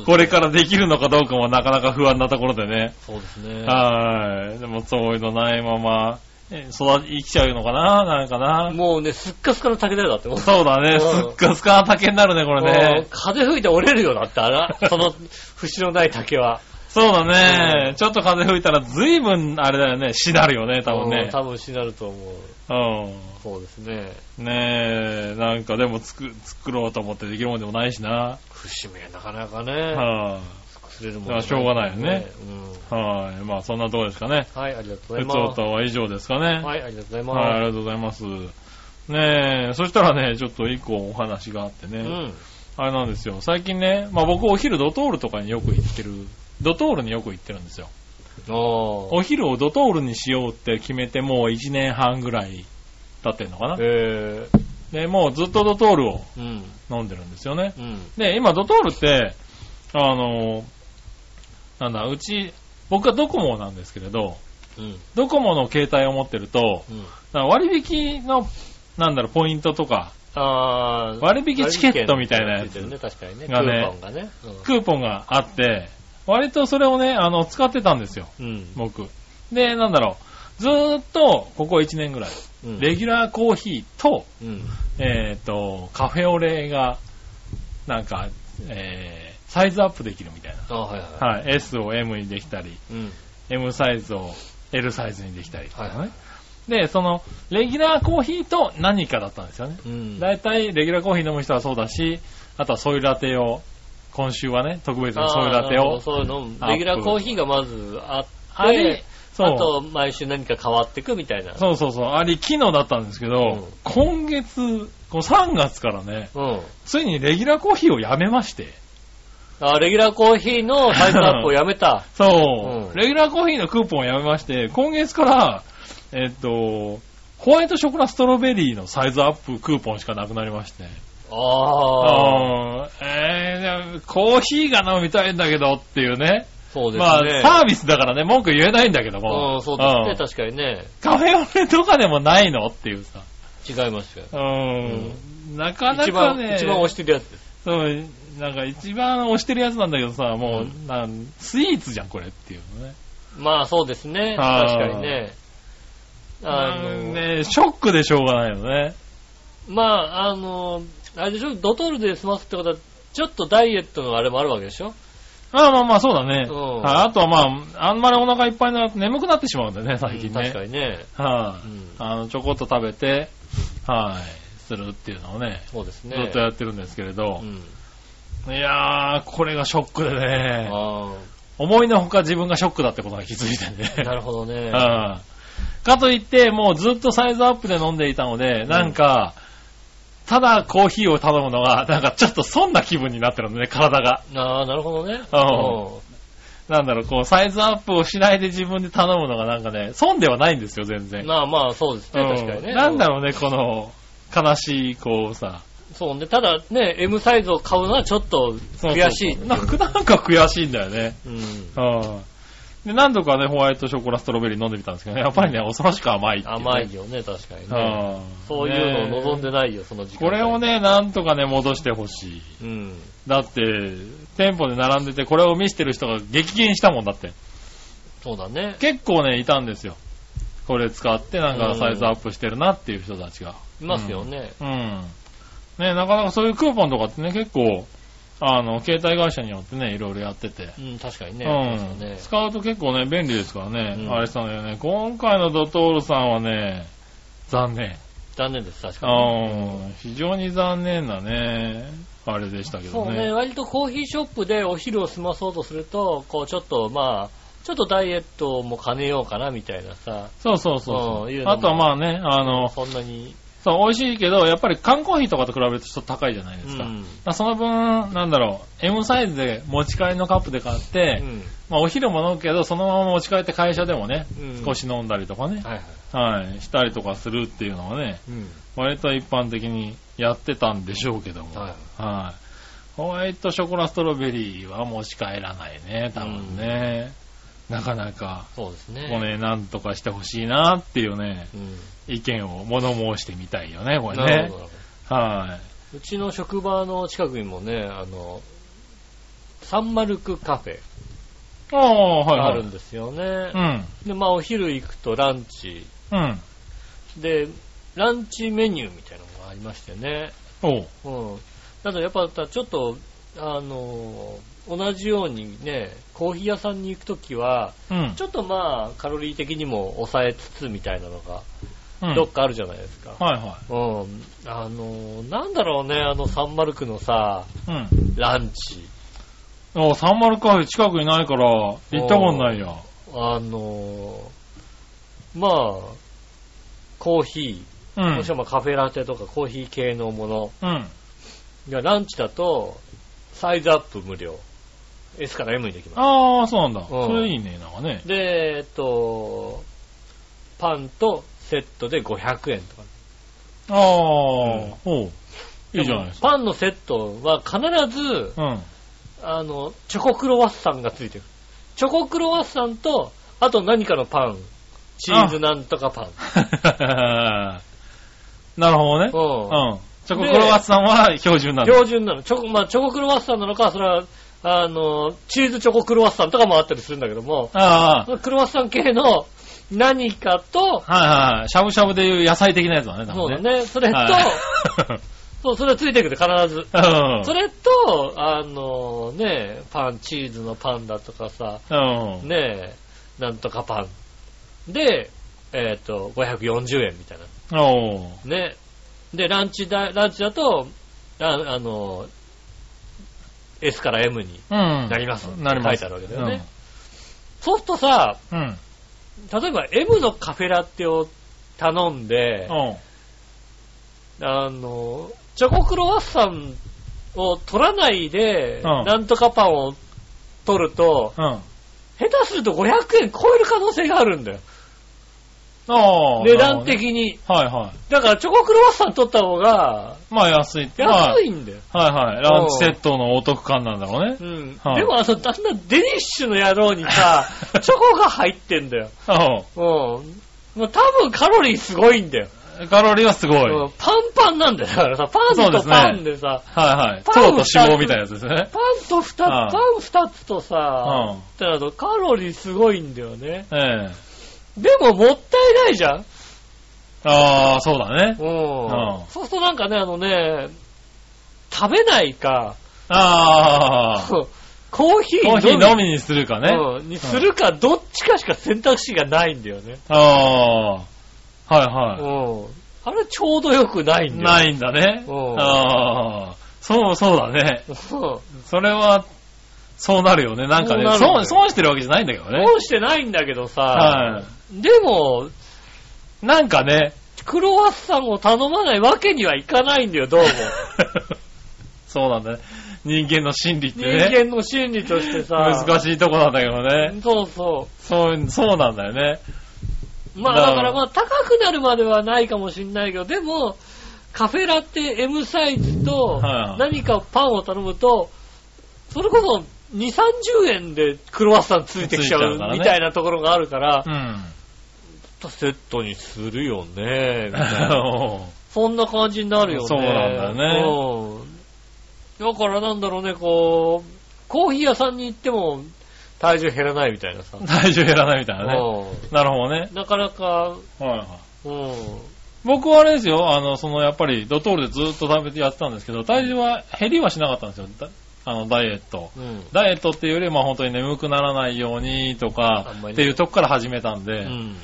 Speaker 3: これからできるのかどうかもなかなか不安なところでね。
Speaker 2: そうですね。
Speaker 3: はい。でもそういうのないまま、え育ち、生きちゃうのかななんかな。
Speaker 2: もうね、すっかすかの竹だよだって。もう
Speaker 3: そうだ
Speaker 2: う
Speaker 3: ね。
Speaker 2: ん
Speaker 3: すっかすかな竹になるね、これ
Speaker 2: もう
Speaker 3: ね。
Speaker 2: 風吹いて折れるよだって、あ ら、その、節のない竹は。
Speaker 3: そうだ
Speaker 2: う
Speaker 3: ね
Speaker 2: ん。
Speaker 3: ちょっと風吹いたら随分、あれだよね、しなるよね、多分
Speaker 2: うん
Speaker 3: ね。
Speaker 2: 多分しなると思う。
Speaker 3: う
Speaker 2: そうですね。
Speaker 3: ん。ねえ、なんかでも作、作ろうと思ってできるもんでもないしな。
Speaker 2: 節目がなかなかね、
Speaker 3: は
Speaker 2: 崩れるもん
Speaker 3: まあしょうがないよね。
Speaker 2: うん
Speaker 3: い。はい。まあそんなとこですかね。
Speaker 2: はい、ありがとうござ
Speaker 3: ふ
Speaker 2: い
Speaker 3: つお
Speaker 2: ます
Speaker 3: た。は以上ですかね。
Speaker 2: はい、ありがとうござい
Speaker 3: はい、あり
Speaker 2: ま
Speaker 3: がとうございます。ねえ、そしたらね、ちょっと一個お話があってね、
Speaker 2: す。うん。
Speaker 3: あれなんですよ、最近ね、まあ僕お昼ドトールとかによく行ってる、ドトールによく行ってるんですよ。
Speaker 2: おー。
Speaker 3: お昼をドトールにしようって決めてもう1年半ぐらい経ってんのかな。
Speaker 2: え
Speaker 3: で、もうずっとドトールを
Speaker 2: ー、うん、
Speaker 3: 飲んでるんですよね。
Speaker 2: うん、
Speaker 3: で、今ドトールって、あの、なんだ、うち、僕はドコモなんですけれど、
Speaker 2: うん、
Speaker 3: ドコモの携帯を持ってると、
Speaker 2: うん。
Speaker 3: なんか割引の、なんだろう、ポイントとか、
Speaker 2: あー、
Speaker 3: 割引チケットみたいなや
Speaker 2: つ
Speaker 3: つ
Speaker 2: いてるね、確かにね。ク
Speaker 3: がね
Speaker 2: ーポンがね。
Speaker 3: クーポンがあって、割とそれをね、あの、使ってたんですよ、
Speaker 2: うん。
Speaker 3: 僕。で、なんだろう、ずーっと、ここ1年ぐらい、
Speaker 2: うん。
Speaker 3: レギュラーコーヒーと、
Speaker 2: うん。
Speaker 3: えっ、と、カフェオレが、なんか、えー、サイズアップできるみたい
Speaker 2: あー、はいはい
Speaker 3: な。はい、S を M にできたり、。
Speaker 2: うん。
Speaker 3: M サイズを L サイズにできたりとかね。
Speaker 2: はいはい
Speaker 3: で、その、レギュラーコーヒーと何かだったんですよね。
Speaker 2: うん。
Speaker 3: 大体、レギュラーコーヒー飲む人はそうだし、あとはソイラテを、今週はね、特別にソイラテ
Speaker 2: あー
Speaker 3: を。
Speaker 2: そういうの、
Speaker 3: アップ
Speaker 2: レギュラーコーヒーがまずあって、
Speaker 3: あれ、そう。
Speaker 2: あと、毎週何か変わってくみたいな。
Speaker 3: そうそうそう。あれ、昨日だったんですけど、
Speaker 2: うん
Speaker 3: 今月、この3月からね、
Speaker 2: う。うん。
Speaker 3: ついにレギュラーコーヒーをやめまして、
Speaker 2: あ、レギュラーコーヒーのサイズアップをやめた。う
Speaker 3: そう、
Speaker 2: ん
Speaker 3: レギュラーコーヒーのクーポンをやめまして、今月から、えっと、ホワイトショコラストロベリーのサイズアップクーポンしかなくなりまして。
Speaker 2: ああ、
Speaker 3: あーえー、コーヒーが飲みたいんだけどっていうね。
Speaker 2: そうですね。
Speaker 3: まあ、サービスだからね、文句言えないんだけども。
Speaker 2: うん、そうですね、
Speaker 3: ん
Speaker 2: 確かにね。
Speaker 3: カフェオレとかでもないのっていうさ。
Speaker 2: 違いますよ。
Speaker 3: うーん。なかな
Speaker 2: 一
Speaker 3: か
Speaker 2: 番、
Speaker 3: ね、
Speaker 2: 一番推してるやつです。
Speaker 3: そう、なんか一番推してるやつなんだけどさ、もう、
Speaker 2: う
Speaker 3: なんスイーツじゃん、これっていうのね。
Speaker 2: まあ、そうですね、
Speaker 3: あー
Speaker 2: 確かにね。あ
Speaker 3: うん
Speaker 2: の、
Speaker 3: ね、ショックでしょうがないよね。
Speaker 2: まあ、あの、あれでしょ、ドトールで済ますってことは、ちょっとダイエットのあれもあるわけでしょ
Speaker 3: まあまあまあ、そうだね。
Speaker 2: うん
Speaker 3: はいあとはまあ、あんまりお腹いっぱいになると眠くなってしまうんだよね、最近
Speaker 2: うん
Speaker 3: ね。
Speaker 2: 確かにね。
Speaker 3: は
Speaker 2: う
Speaker 3: い、
Speaker 2: ん
Speaker 3: あ。の、ちょこっと食べて、はい、するっていうのをね、
Speaker 2: そうですね。
Speaker 3: ずっとやってるんですけれど
Speaker 2: う、ん。
Speaker 3: いやー、これがショックでね、
Speaker 2: あ
Speaker 3: 思いのほか自分がショックだってことが気づいて
Speaker 2: あ、
Speaker 3: ね。
Speaker 2: なるほどね。
Speaker 3: うんかといって、もうずっとサイズアップで飲んでいたので、なんか、ただコーヒーを頼むのが、なんかちょっと損な気分になってるのね、体が。
Speaker 2: ああ、なるほどね。
Speaker 3: うんなんだろう、こう、サイズアップをしないで自分で頼むのがなんかね、損ではないんですよ、全
Speaker 2: う
Speaker 3: 然。
Speaker 2: んまあまあ、そうですね、
Speaker 3: うん
Speaker 2: 確かにね。
Speaker 3: なんだろうね、この、悲しい、こうさ。
Speaker 2: そうね、ただね、M サイズを買うのはちょっと
Speaker 3: そうそう
Speaker 2: 悔しい。
Speaker 3: なんか、なんか悔しいんだよね。
Speaker 2: うん。
Speaker 3: うん。で、何度かね、ホワイトショコラストロベリー飲んでみたんですけどね、やっぱりね、恐ろしく甘いってうね
Speaker 2: 甘い。よね、確かにね。
Speaker 3: うん。
Speaker 2: そういうのを望んでないよ、その時間。
Speaker 3: これを。ね、なんとかね、戻してほしい。
Speaker 2: うん。
Speaker 3: だって、店舗で並んでて、これを見せてる人が激減したもんだって。
Speaker 2: そうだね。
Speaker 3: 結構ね、いたんですよ。これ使って、なんかサイズアップしてるなっていう人たちが。
Speaker 2: いますよね。
Speaker 3: うん。ね、なかなかそういうクーポンとかってね、結構、あの、携帯会社によってね、いろいろやってて。
Speaker 2: うん、確かにね。
Speaker 3: うん、
Speaker 2: そうですよね
Speaker 3: 使うと結構ね、便利ですからね、
Speaker 2: うん
Speaker 3: あれしたんだよね。今回のドトールさんはね、残念。
Speaker 2: 残念です、確かに。
Speaker 3: うん、非常に残念だね。あれでしたけ
Speaker 2: そ
Speaker 3: ど
Speaker 2: う
Speaker 3: ね。
Speaker 2: ね、割とコーヒーショップでお昼を済まそうとすると、こうちょっとまあ、ちょっとダイエットも兼ねようかなみたいなさ、
Speaker 3: そうそうそうう。
Speaker 2: んいうのも
Speaker 3: あとはまあね、あの、
Speaker 2: そんなに、
Speaker 3: そう、美味しいけど、やっぱり缶コーヒーとかと比べるとちょっと高いじゃないですか。
Speaker 2: うん
Speaker 3: だからその分、なんだろう、M サイズで持ち帰りのカップで買って、
Speaker 2: うん
Speaker 3: まあお昼も飲むけど、そのまま持ち帰って会社でもね、
Speaker 2: うん
Speaker 3: 少し飲んだりとかね、
Speaker 2: はいはい。
Speaker 3: はい、したりとかするっていうのはね、
Speaker 2: うん。
Speaker 3: 割と一般的にやってたんでしょうけども、
Speaker 2: はい
Speaker 3: はいホワイトショコラストロベリーは持ち帰らないね、多分ね。なかなか、
Speaker 2: そうです
Speaker 3: こ
Speaker 2: ね。
Speaker 3: こね、なんとかしてほしいなっていうね、
Speaker 2: うん。
Speaker 3: 意見を物申してみたいよね、これ
Speaker 2: なる
Speaker 3: ね
Speaker 2: ほ。ど。
Speaker 3: は
Speaker 2: うちの職場の近くにもね、あの、サンマルクカフェ
Speaker 3: い。ああ、はい、
Speaker 2: が
Speaker 3: はい。
Speaker 2: あるんですよね。
Speaker 3: うん。
Speaker 2: で、まあお昼行くとランチ、
Speaker 3: うん。
Speaker 2: で、ランチメニューみたいなのがありましてね。
Speaker 3: おう。
Speaker 2: うん。ただやっぱちょっと、あの、同じようにね、コーヒー屋さんに行くときは、
Speaker 3: うん。
Speaker 2: ちょっとまあ、カロリー的にも抑えつつみたいなのが、
Speaker 3: うん
Speaker 2: どっかあるじゃないですか。
Speaker 3: はいは
Speaker 2: うん。あの、なんだろうね、あの、サンマルクのさ、
Speaker 3: い。うん。
Speaker 2: ランチ。
Speaker 3: あサンマルカフェ近くにないから、行ったことないよ。
Speaker 2: あの、まあ、コーヒ
Speaker 3: う
Speaker 2: ー、
Speaker 3: ん
Speaker 2: もし。くはまあカフェラテとかコーヒー系のもの
Speaker 3: うん。
Speaker 2: がランチだと、サイズアップ無料。S から M にできます。
Speaker 3: ああ、そうなんだ。
Speaker 2: うん
Speaker 3: それいいね、なんかね。
Speaker 2: で、えっと、パンとセットで500円とか。
Speaker 3: ああ、おう。いいじゃないですか。
Speaker 2: パンのセットは必ず、
Speaker 3: うん。
Speaker 2: あの、チョコクロワッサンがついてる。チョコクロワッサンと、あと何かのパン。チーズなんとかパン。
Speaker 3: なるほどね。
Speaker 2: うん
Speaker 3: うん。チョコクロワッサンは標準なんだ。
Speaker 2: 標準なの。チョコ、まあ、チョコクロワッサンなのか、それは、あの、チーズチョコクロワッサンとかもあったりするんだけども、
Speaker 3: あ
Speaker 2: そのクロワッサン系の何かと、
Speaker 3: あ、はいはい。しゃぶしゃぶでいう野菜的なやつだね、多
Speaker 2: そうだ
Speaker 3: 分ね。
Speaker 2: ね、それと、
Speaker 3: はい
Speaker 2: そう、それはついてくる、必ず。
Speaker 3: うん。
Speaker 2: それと、あのね、パン、チーズのパンだとかさ、
Speaker 3: う
Speaker 2: ね
Speaker 3: ん。
Speaker 2: え、なんとかパン。で、えっ、と、540円みたいな。
Speaker 3: おう。
Speaker 2: ね。で、ランチだ、ランチだと、ああの、S から M に。
Speaker 3: うん。な
Speaker 2: ります
Speaker 3: なります。
Speaker 2: 書いてあるわけだよねそうするとさ、
Speaker 3: うん。うん。
Speaker 2: 例えば M のカフェラテを頼んで、
Speaker 3: おう
Speaker 2: あの、チョコクロワッサンを取らないで、
Speaker 3: うん
Speaker 2: なんとかパンを取ると、
Speaker 3: うん。
Speaker 2: 下手すると500円超える可能性があるんだよ。
Speaker 3: ああ。
Speaker 2: 値段
Speaker 3: なる
Speaker 2: 的に。
Speaker 3: ほどね。はいは
Speaker 2: だからチョコクロワッサン取った方が
Speaker 3: い。まあ安い。
Speaker 2: 安
Speaker 3: い。
Speaker 2: いんだよ。
Speaker 3: はいはい。ランチセットのお得感なんだろうね
Speaker 2: う。ん。
Speaker 3: はい
Speaker 2: でもあの、だんだんデニッシュの野郎に さ、チョコが入ってんだよ。
Speaker 3: う
Speaker 2: うん。まあ、多分カロリーすごいんだよ。
Speaker 3: ん。カロリーはすごい。
Speaker 2: う
Speaker 3: は
Speaker 2: んパンパンなんだよ。だからさ、パン
Speaker 3: そうで
Speaker 2: と
Speaker 3: すね
Speaker 2: パンでさ、
Speaker 3: いは
Speaker 2: パン
Speaker 3: い。糖と脂肪みたいなやつですね。
Speaker 2: パンと二つ、パ
Speaker 3: あ
Speaker 2: ン
Speaker 3: あ
Speaker 2: 二つとさ、
Speaker 3: うん
Speaker 2: ってなるとカロリーすごいんだよね。
Speaker 3: ええ。
Speaker 2: でももったいないじゃん。
Speaker 3: ああ、そうだね
Speaker 2: う。
Speaker 3: うんん。
Speaker 2: そうするとなんかね、あのね、食べないか、
Speaker 3: ああ。
Speaker 2: そう コーヒー
Speaker 3: コー
Speaker 2: の
Speaker 3: ヒ
Speaker 2: み
Speaker 3: ー飲みにするかね。
Speaker 2: うんにするか、どっちかしか選択肢がないんだよね。
Speaker 3: ああ。はいは
Speaker 2: うん。あれちょうどよくない
Speaker 3: い。
Speaker 2: んだよ。
Speaker 3: ないんだね。
Speaker 2: うん
Speaker 3: ああ。そう、そうだね。
Speaker 2: そう。
Speaker 3: それは、そうなるよね。なんか
Speaker 2: そ
Speaker 3: ね、
Speaker 2: うなるんだよ
Speaker 3: 損、損してるわけじゃないんだけどね。
Speaker 2: どうしてないんだけど
Speaker 3: は
Speaker 2: さ、でも、
Speaker 3: い。なんかね、
Speaker 2: クロワッサンを頼まないわけにはいかないんだよ、 どうも。
Speaker 3: そうなんだね。人間の心理って
Speaker 2: 人
Speaker 3: ね。
Speaker 2: 間の心理としてさ。
Speaker 3: 難しいとこなんだけどね。
Speaker 2: そうそ
Speaker 3: そう、そうなんだよね。
Speaker 2: う。まあ
Speaker 3: なる
Speaker 2: だ
Speaker 3: ほど
Speaker 2: からまあ高くなるまではないかもしんないけど、でも、カフェラテ M サイズと
Speaker 3: はいはい
Speaker 2: 何かパンを頼むと、それこそ2、30円でクロワッサンついてきちゃ
Speaker 3: ついちゃう
Speaker 2: う
Speaker 3: からね
Speaker 2: みたいなところがあるから
Speaker 3: う、 ん。
Speaker 2: セットにするよね、みたい な。
Speaker 3: お
Speaker 2: そんな感じになるよね。
Speaker 3: そうなんだよ
Speaker 2: うん。だからなんだろうね、こう、コーヒー屋さんに行っても体重減らないみたいなさ。
Speaker 3: ー体重減らないみたいなね。
Speaker 2: う
Speaker 3: なるほどね。
Speaker 2: ん。なかなか、
Speaker 3: はいはい。
Speaker 2: うん。
Speaker 3: 僕はあれですよ、あの、そのやっぱりドトールでずっと食べてやってたんですけど、体重は減りはしなかったんですよ。だあの、ダイエット。
Speaker 2: うん。
Speaker 3: ダイエットっていうよりは本当に眠くならないようにと
Speaker 2: あ
Speaker 3: か
Speaker 2: んまりね
Speaker 3: っていうとこから始めたん
Speaker 2: う
Speaker 3: で、
Speaker 2: ん。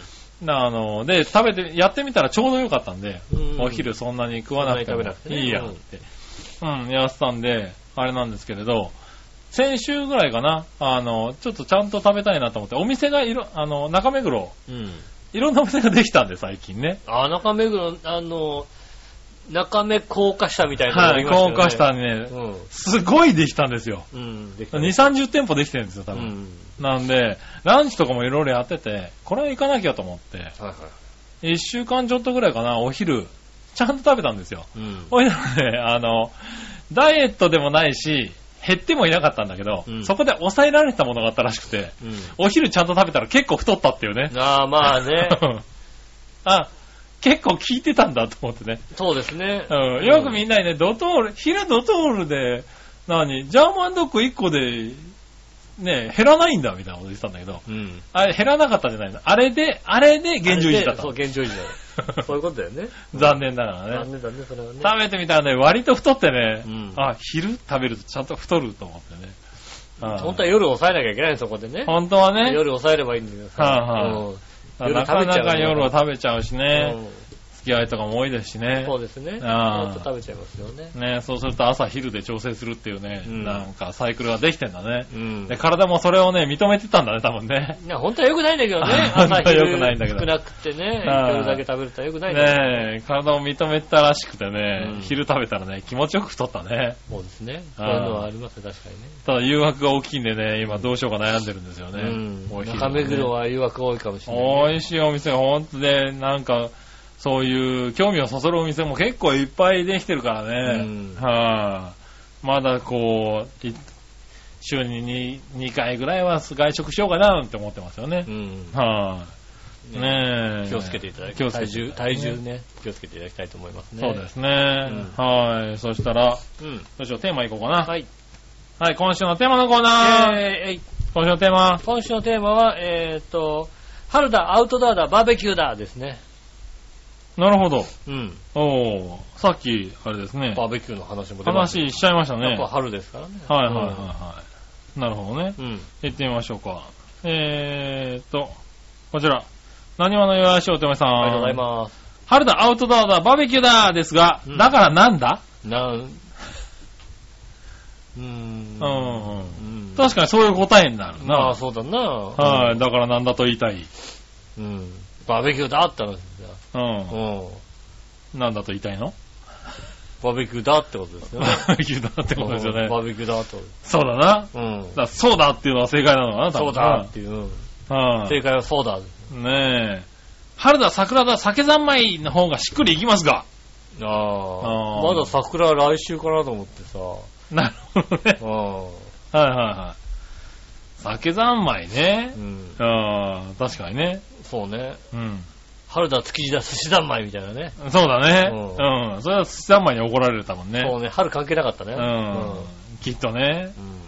Speaker 3: なあの、で、食べて、やってみたらちょうどよかったんで、
Speaker 2: うん
Speaker 3: お昼そんなに食わなくて
Speaker 2: そん
Speaker 3: も
Speaker 2: なに食べなくてね
Speaker 3: いいやってうん、やってたんで、あれなんですけれど、先週ぐらいかな、あの、ちょっとちゃんと食べたいなと思って、お店がいろ、あの、中目黒、
Speaker 2: うん。
Speaker 3: いろんなお店ができたんで、最近ね。
Speaker 2: あ、中目黒、あの、中目高架下みたいなのがあ
Speaker 3: はい、
Speaker 2: りましたよ
Speaker 3: 高
Speaker 2: ね
Speaker 3: 架下にね、すごいできたんですよ。
Speaker 2: うん。うん。できた
Speaker 3: 2、30店舗できてるんですよ、
Speaker 2: う
Speaker 3: 多分。
Speaker 2: ん。
Speaker 3: なんで、ランチとかもいろいろやってて、これは行かなきゃと思って、
Speaker 2: はいは
Speaker 3: 1週間ちょっとぐらいかな、お昼、ちゃんと食べたんですよ。
Speaker 2: い。うん。
Speaker 3: ほいでね、あの、ダイエットでもないし、減ってもいなかったんだけど、
Speaker 2: うん
Speaker 3: そこで抑えられてたものがあったらしくて、
Speaker 2: うん。
Speaker 3: お昼ちゃんと食べたら結構太ったっていうね。
Speaker 2: ああ、まあね。
Speaker 3: あ、結構効いてたんだと思ってね。
Speaker 2: そうですね。
Speaker 3: うん、よくみんなにね、ドトール、昼ドトールで、何、ジャーマンドッグ1個で、ね、減らないんだみたいなこと言ってたんだけど、
Speaker 2: うん。
Speaker 3: あれ減らなかったじゃないの。あれで、あれで現状維持だ
Speaker 2: あれ
Speaker 3: っ
Speaker 2: でそう、
Speaker 3: た。
Speaker 2: 現状維持 だ。そういうことだよね。
Speaker 3: 残念ながら
Speaker 2: 残
Speaker 3: ね。
Speaker 2: 念だね、それはね。
Speaker 3: 食べてみたらね、割と太ってね、
Speaker 2: うん
Speaker 3: あ、昼食べるとちゃんと太ると思ってね。あ
Speaker 2: 本当は夜抑えなきゃいけないのそこでね。
Speaker 3: 本当はね、
Speaker 2: 夜抑えればいいんだけどさ。
Speaker 3: はいはい
Speaker 2: うん夜
Speaker 3: なか
Speaker 2: 食べちゃ
Speaker 3: な
Speaker 2: うよ
Speaker 3: か
Speaker 2: ね
Speaker 3: 夜を食べちゃうしね、
Speaker 2: うん
Speaker 3: 付き合いとかも多いですしね。
Speaker 2: そうですね。ちょ
Speaker 3: ああ
Speaker 2: っと食べちゃいますよね。
Speaker 3: ね、そうすると朝昼で調整するっていうね、
Speaker 2: うん
Speaker 3: なんかサイクルができてんだね。
Speaker 2: うん
Speaker 3: で、体もそれをね、認めてたんだね、多分ね。。
Speaker 2: いや本当は良くないんだけどね
Speaker 3: 本当は
Speaker 2: 朝昼
Speaker 3: 良くないんだけど
Speaker 2: 少なくてね、
Speaker 3: ああ
Speaker 2: 夜だけ食べると良くないんだけど
Speaker 3: ねえ、体を認めてたらしくてね、
Speaker 2: うん
Speaker 3: 昼食べたらね、気持ちよく太ったね。
Speaker 2: そうですね。そう
Speaker 3: ああ
Speaker 2: いうのはありますね、確かにね。
Speaker 3: ただ誘惑が大きいんでね、今どうしようか悩んでるんですよね。
Speaker 2: う
Speaker 3: お
Speaker 2: ん。
Speaker 3: 昼ね
Speaker 2: 中目黒は誘惑多いかもしれないね。
Speaker 3: 美味しいお店、ほんとね、なんか、そういう興味をそそるお店も結構いっぱいできてるからね。
Speaker 2: うん
Speaker 3: はい、まだこう、い週に 2, 回ぐらいは外食しようかなって思ってますよね。
Speaker 2: うん。
Speaker 3: はい、ねえ。
Speaker 2: 気をつけていただき
Speaker 3: 気
Speaker 2: た
Speaker 3: を
Speaker 2: い。
Speaker 3: つ
Speaker 2: 体
Speaker 3: けてい
Speaker 2: 重、
Speaker 3: ただい
Speaker 2: 体
Speaker 3: て
Speaker 2: 重ね、気をつけていただきたいと思いますね。。
Speaker 3: そうですすね。はい。そしたら、
Speaker 2: うん。
Speaker 3: どうしよう、テーマいこうかな。
Speaker 2: はい。
Speaker 3: はい、今週のテーマのコーナ
Speaker 2: え
Speaker 3: ー。
Speaker 2: ーえい
Speaker 3: 今週のテーマ、
Speaker 2: 今週のテーマは、えーっと、春だ、アウトドアだ、バーベキューだですね。
Speaker 3: なるほど。
Speaker 2: うん。
Speaker 3: おー、さっき、あれですね。
Speaker 2: バーベキューの話も出ました
Speaker 3: 話しちゃいました
Speaker 2: や
Speaker 3: ね。
Speaker 2: っぱ春ですからね。
Speaker 3: はいはいはいはい。なるほどね。
Speaker 2: い。うん。
Speaker 3: 行ってみましょうか。えーっと、こちら。何話のよやしおとめさん。
Speaker 2: ありがとうございます。
Speaker 3: す。春だ、アウトドアだ、バーベキューだですが、
Speaker 2: うん
Speaker 3: だからなんだ
Speaker 2: なん、うーん。
Speaker 3: うんう
Speaker 2: う
Speaker 3: ん
Speaker 2: ん。
Speaker 3: 確かにそういう答えになる
Speaker 2: まあ、
Speaker 3: な。
Speaker 2: そうだな。
Speaker 3: はい、だからなんだと言いたい。
Speaker 2: い。うん。バーベキューだって話だよ。
Speaker 3: う。
Speaker 2: うんん。
Speaker 3: なんだと言いたいの
Speaker 2: バーベキューだってことですよ
Speaker 3: バ
Speaker 2: ね。
Speaker 3: ーベキューだってことですよ
Speaker 2: う
Speaker 3: ね
Speaker 2: ん。バーベキューだってこ
Speaker 3: そうだな。
Speaker 2: と。うん
Speaker 3: だか。らそうだっていうのは正解なのかな、多
Speaker 2: そう
Speaker 3: 分
Speaker 2: だ
Speaker 3: な
Speaker 2: っていう。うん
Speaker 3: うん
Speaker 2: 正解はそうだ。
Speaker 3: ねえ。春だ、桜だ、酒三昧の方がしっくりいきますが。
Speaker 2: ああ。
Speaker 3: あー
Speaker 2: まだ桜来週かなと思ってさ。
Speaker 3: なるほどね。
Speaker 2: う
Speaker 3: はいはいはい。酒三昧ね。
Speaker 2: ん。うん。
Speaker 3: ああ、確かにね。
Speaker 2: そうね。
Speaker 3: うん。
Speaker 2: 春だ、築地だ、寿司三昧みたいなね。
Speaker 3: そうだね。
Speaker 2: う
Speaker 3: うん。それは土三昧に怒られたもんね。
Speaker 2: そうね。春関係なかったね。
Speaker 3: うん。きっとね。
Speaker 2: うん。うん。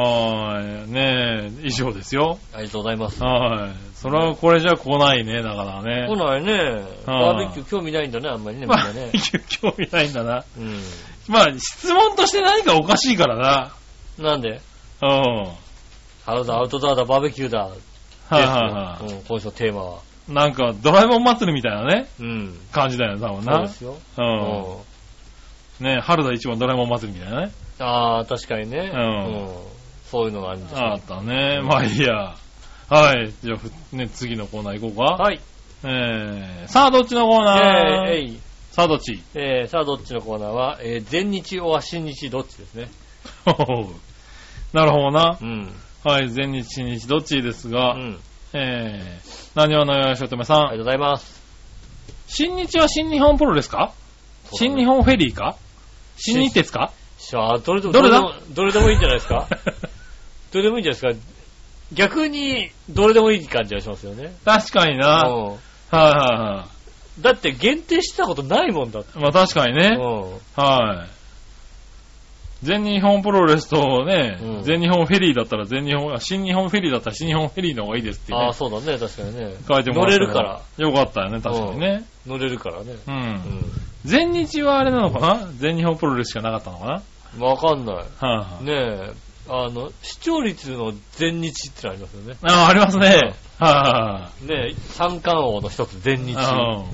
Speaker 3: はーい。ねえ、以上ですよ。
Speaker 2: ありがとうございます。
Speaker 3: はーい。それはこれじゃ来ないね、だから
Speaker 2: 来
Speaker 3: ね。
Speaker 2: ないね。
Speaker 3: あ
Speaker 2: バ
Speaker 3: ー
Speaker 2: ーベキュー興味ないんだね、あんまりね、みん
Speaker 3: ま
Speaker 2: な
Speaker 3: あ。
Speaker 2: ね、
Speaker 3: 興味ないんだな。
Speaker 2: う
Speaker 3: まあ、質問として何かおかしいから
Speaker 2: ん。なんで
Speaker 3: な。うん。はい
Speaker 2: 春だ、アウトドアだ、バーベキューだ。
Speaker 3: はいはい。
Speaker 2: うん、今週のテーマは。
Speaker 3: なんか、ドラえもん祭りみたいなね、
Speaker 2: うん。
Speaker 3: 感じだよね、多分
Speaker 2: そうで
Speaker 3: な。
Speaker 2: すよ。
Speaker 3: う。。
Speaker 2: うん
Speaker 3: ね春田一番ドラえもん祭りみたいなね。
Speaker 2: ああ、確かにね。
Speaker 3: うん
Speaker 2: う。そういうのがあるんです
Speaker 3: あ
Speaker 2: ね。
Speaker 3: ったね。まあいいや。はい。じゃあ、ふね、次のコーナー行こうか。
Speaker 2: はい。
Speaker 3: えー、さあ、どっちのコーナー
Speaker 2: えー、えい。
Speaker 3: さあ、どっち
Speaker 2: えー、さあ、どっちのコーナーは、えー、全日、おは新日、どっちですね。
Speaker 3: ほほほなるほどな。
Speaker 2: うん。
Speaker 3: はい。全日、新日、どっちです
Speaker 2: う
Speaker 3: が、
Speaker 2: ん。
Speaker 3: えー、何話のよやしおとめさん、
Speaker 2: ありがとうございます。
Speaker 3: 新日は新日本プロレスか新日本フェリーか新日鉄か
Speaker 2: しゃあ、どれでも、
Speaker 3: どれだ
Speaker 2: どれでもどれでもいいんじゃないです かどれでもいいんじゃないですか逆に、どれでもいい感じがしますよね。
Speaker 3: 確かにな。はい
Speaker 2: うん。
Speaker 3: はいはい。
Speaker 2: だって限定してたことないもんだって。
Speaker 3: まあ確かに
Speaker 2: う
Speaker 3: ね。
Speaker 2: ん。
Speaker 3: はい。全日本プロレスとね、
Speaker 2: うん
Speaker 3: 全日本フェリーだったら全日本、あ新日本フェリーだったら新日本フェリーの方がいいですっていう
Speaker 2: ああ、
Speaker 3: ね。
Speaker 2: そうだね、確かにね。
Speaker 3: 書いてもらった
Speaker 2: 乗れるから。
Speaker 3: よかったよね、確かにね。
Speaker 2: 乗れるからね。
Speaker 3: うん。
Speaker 2: う
Speaker 3: 全日はあれなのかな全日本プロレスしかなかったのかなはい、
Speaker 2: ん。わかんない。
Speaker 3: はい
Speaker 2: ねえ、あの、視聴率の全日ってのありますよね。
Speaker 3: ああ、ありますね。はい、は
Speaker 2: ねえ、三冠王の一つ、全
Speaker 3: い
Speaker 2: 日。
Speaker 3: は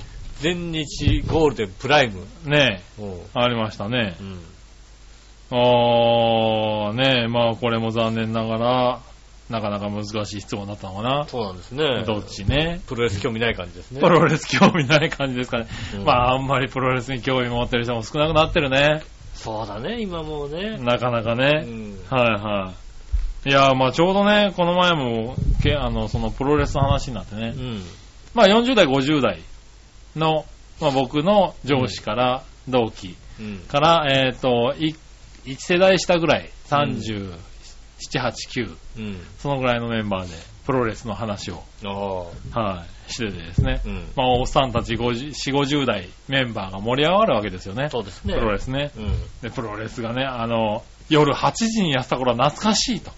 Speaker 2: 全日ゴールデンプライム。
Speaker 3: い。うんね
Speaker 2: うん。
Speaker 3: ありましたね
Speaker 2: う。ん。
Speaker 3: あー、ねえ、まあこれも残念ながら、なかなか難しい質問だったのかな。
Speaker 2: そうなんですね。
Speaker 3: どっちね。
Speaker 2: プロレス興味ない感じですね。
Speaker 3: プロレス興味ない感じですかね。
Speaker 2: うん
Speaker 3: まああんまりプロレスに興味持ってる人も少なくなってるね。
Speaker 2: そうだね、今もうね。
Speaker 3: なかなか
Speaker 2: う
Speaker 3: ね。
Speaker 2: ん。
Speaker 3: はいはい。いやーまあちょうどね、この前も、けあの、そのプロレスの話になってね。
Speaker 2: うん。
Speaker 3: まあ40代、50代の、まあ僕の上司から、同期
Speaker 2: うん。
Speaker 3: から、えっ、と、い1世代下ぐらい、37、8、9、
Speaker 2: うん。
Speaker 3: そのぐらいのメンバーで、プロレスの話を、
Speaker 2: ああ。
Speaker 3: はい、しててですね。
Speaker 2: うん。
Speaker 3: まあ、おっさんたち50 4、50代メンバーが盛り上がるわけですよね。
Speaker 2: そうですね。
Speaker 3: プロレ
Speaker 2: ス。
Speaker 3: スね。
Speaker 2: うん。
Speaker 3: で、プロレスがね、あの、夜8時にやってた頃は懐かしいと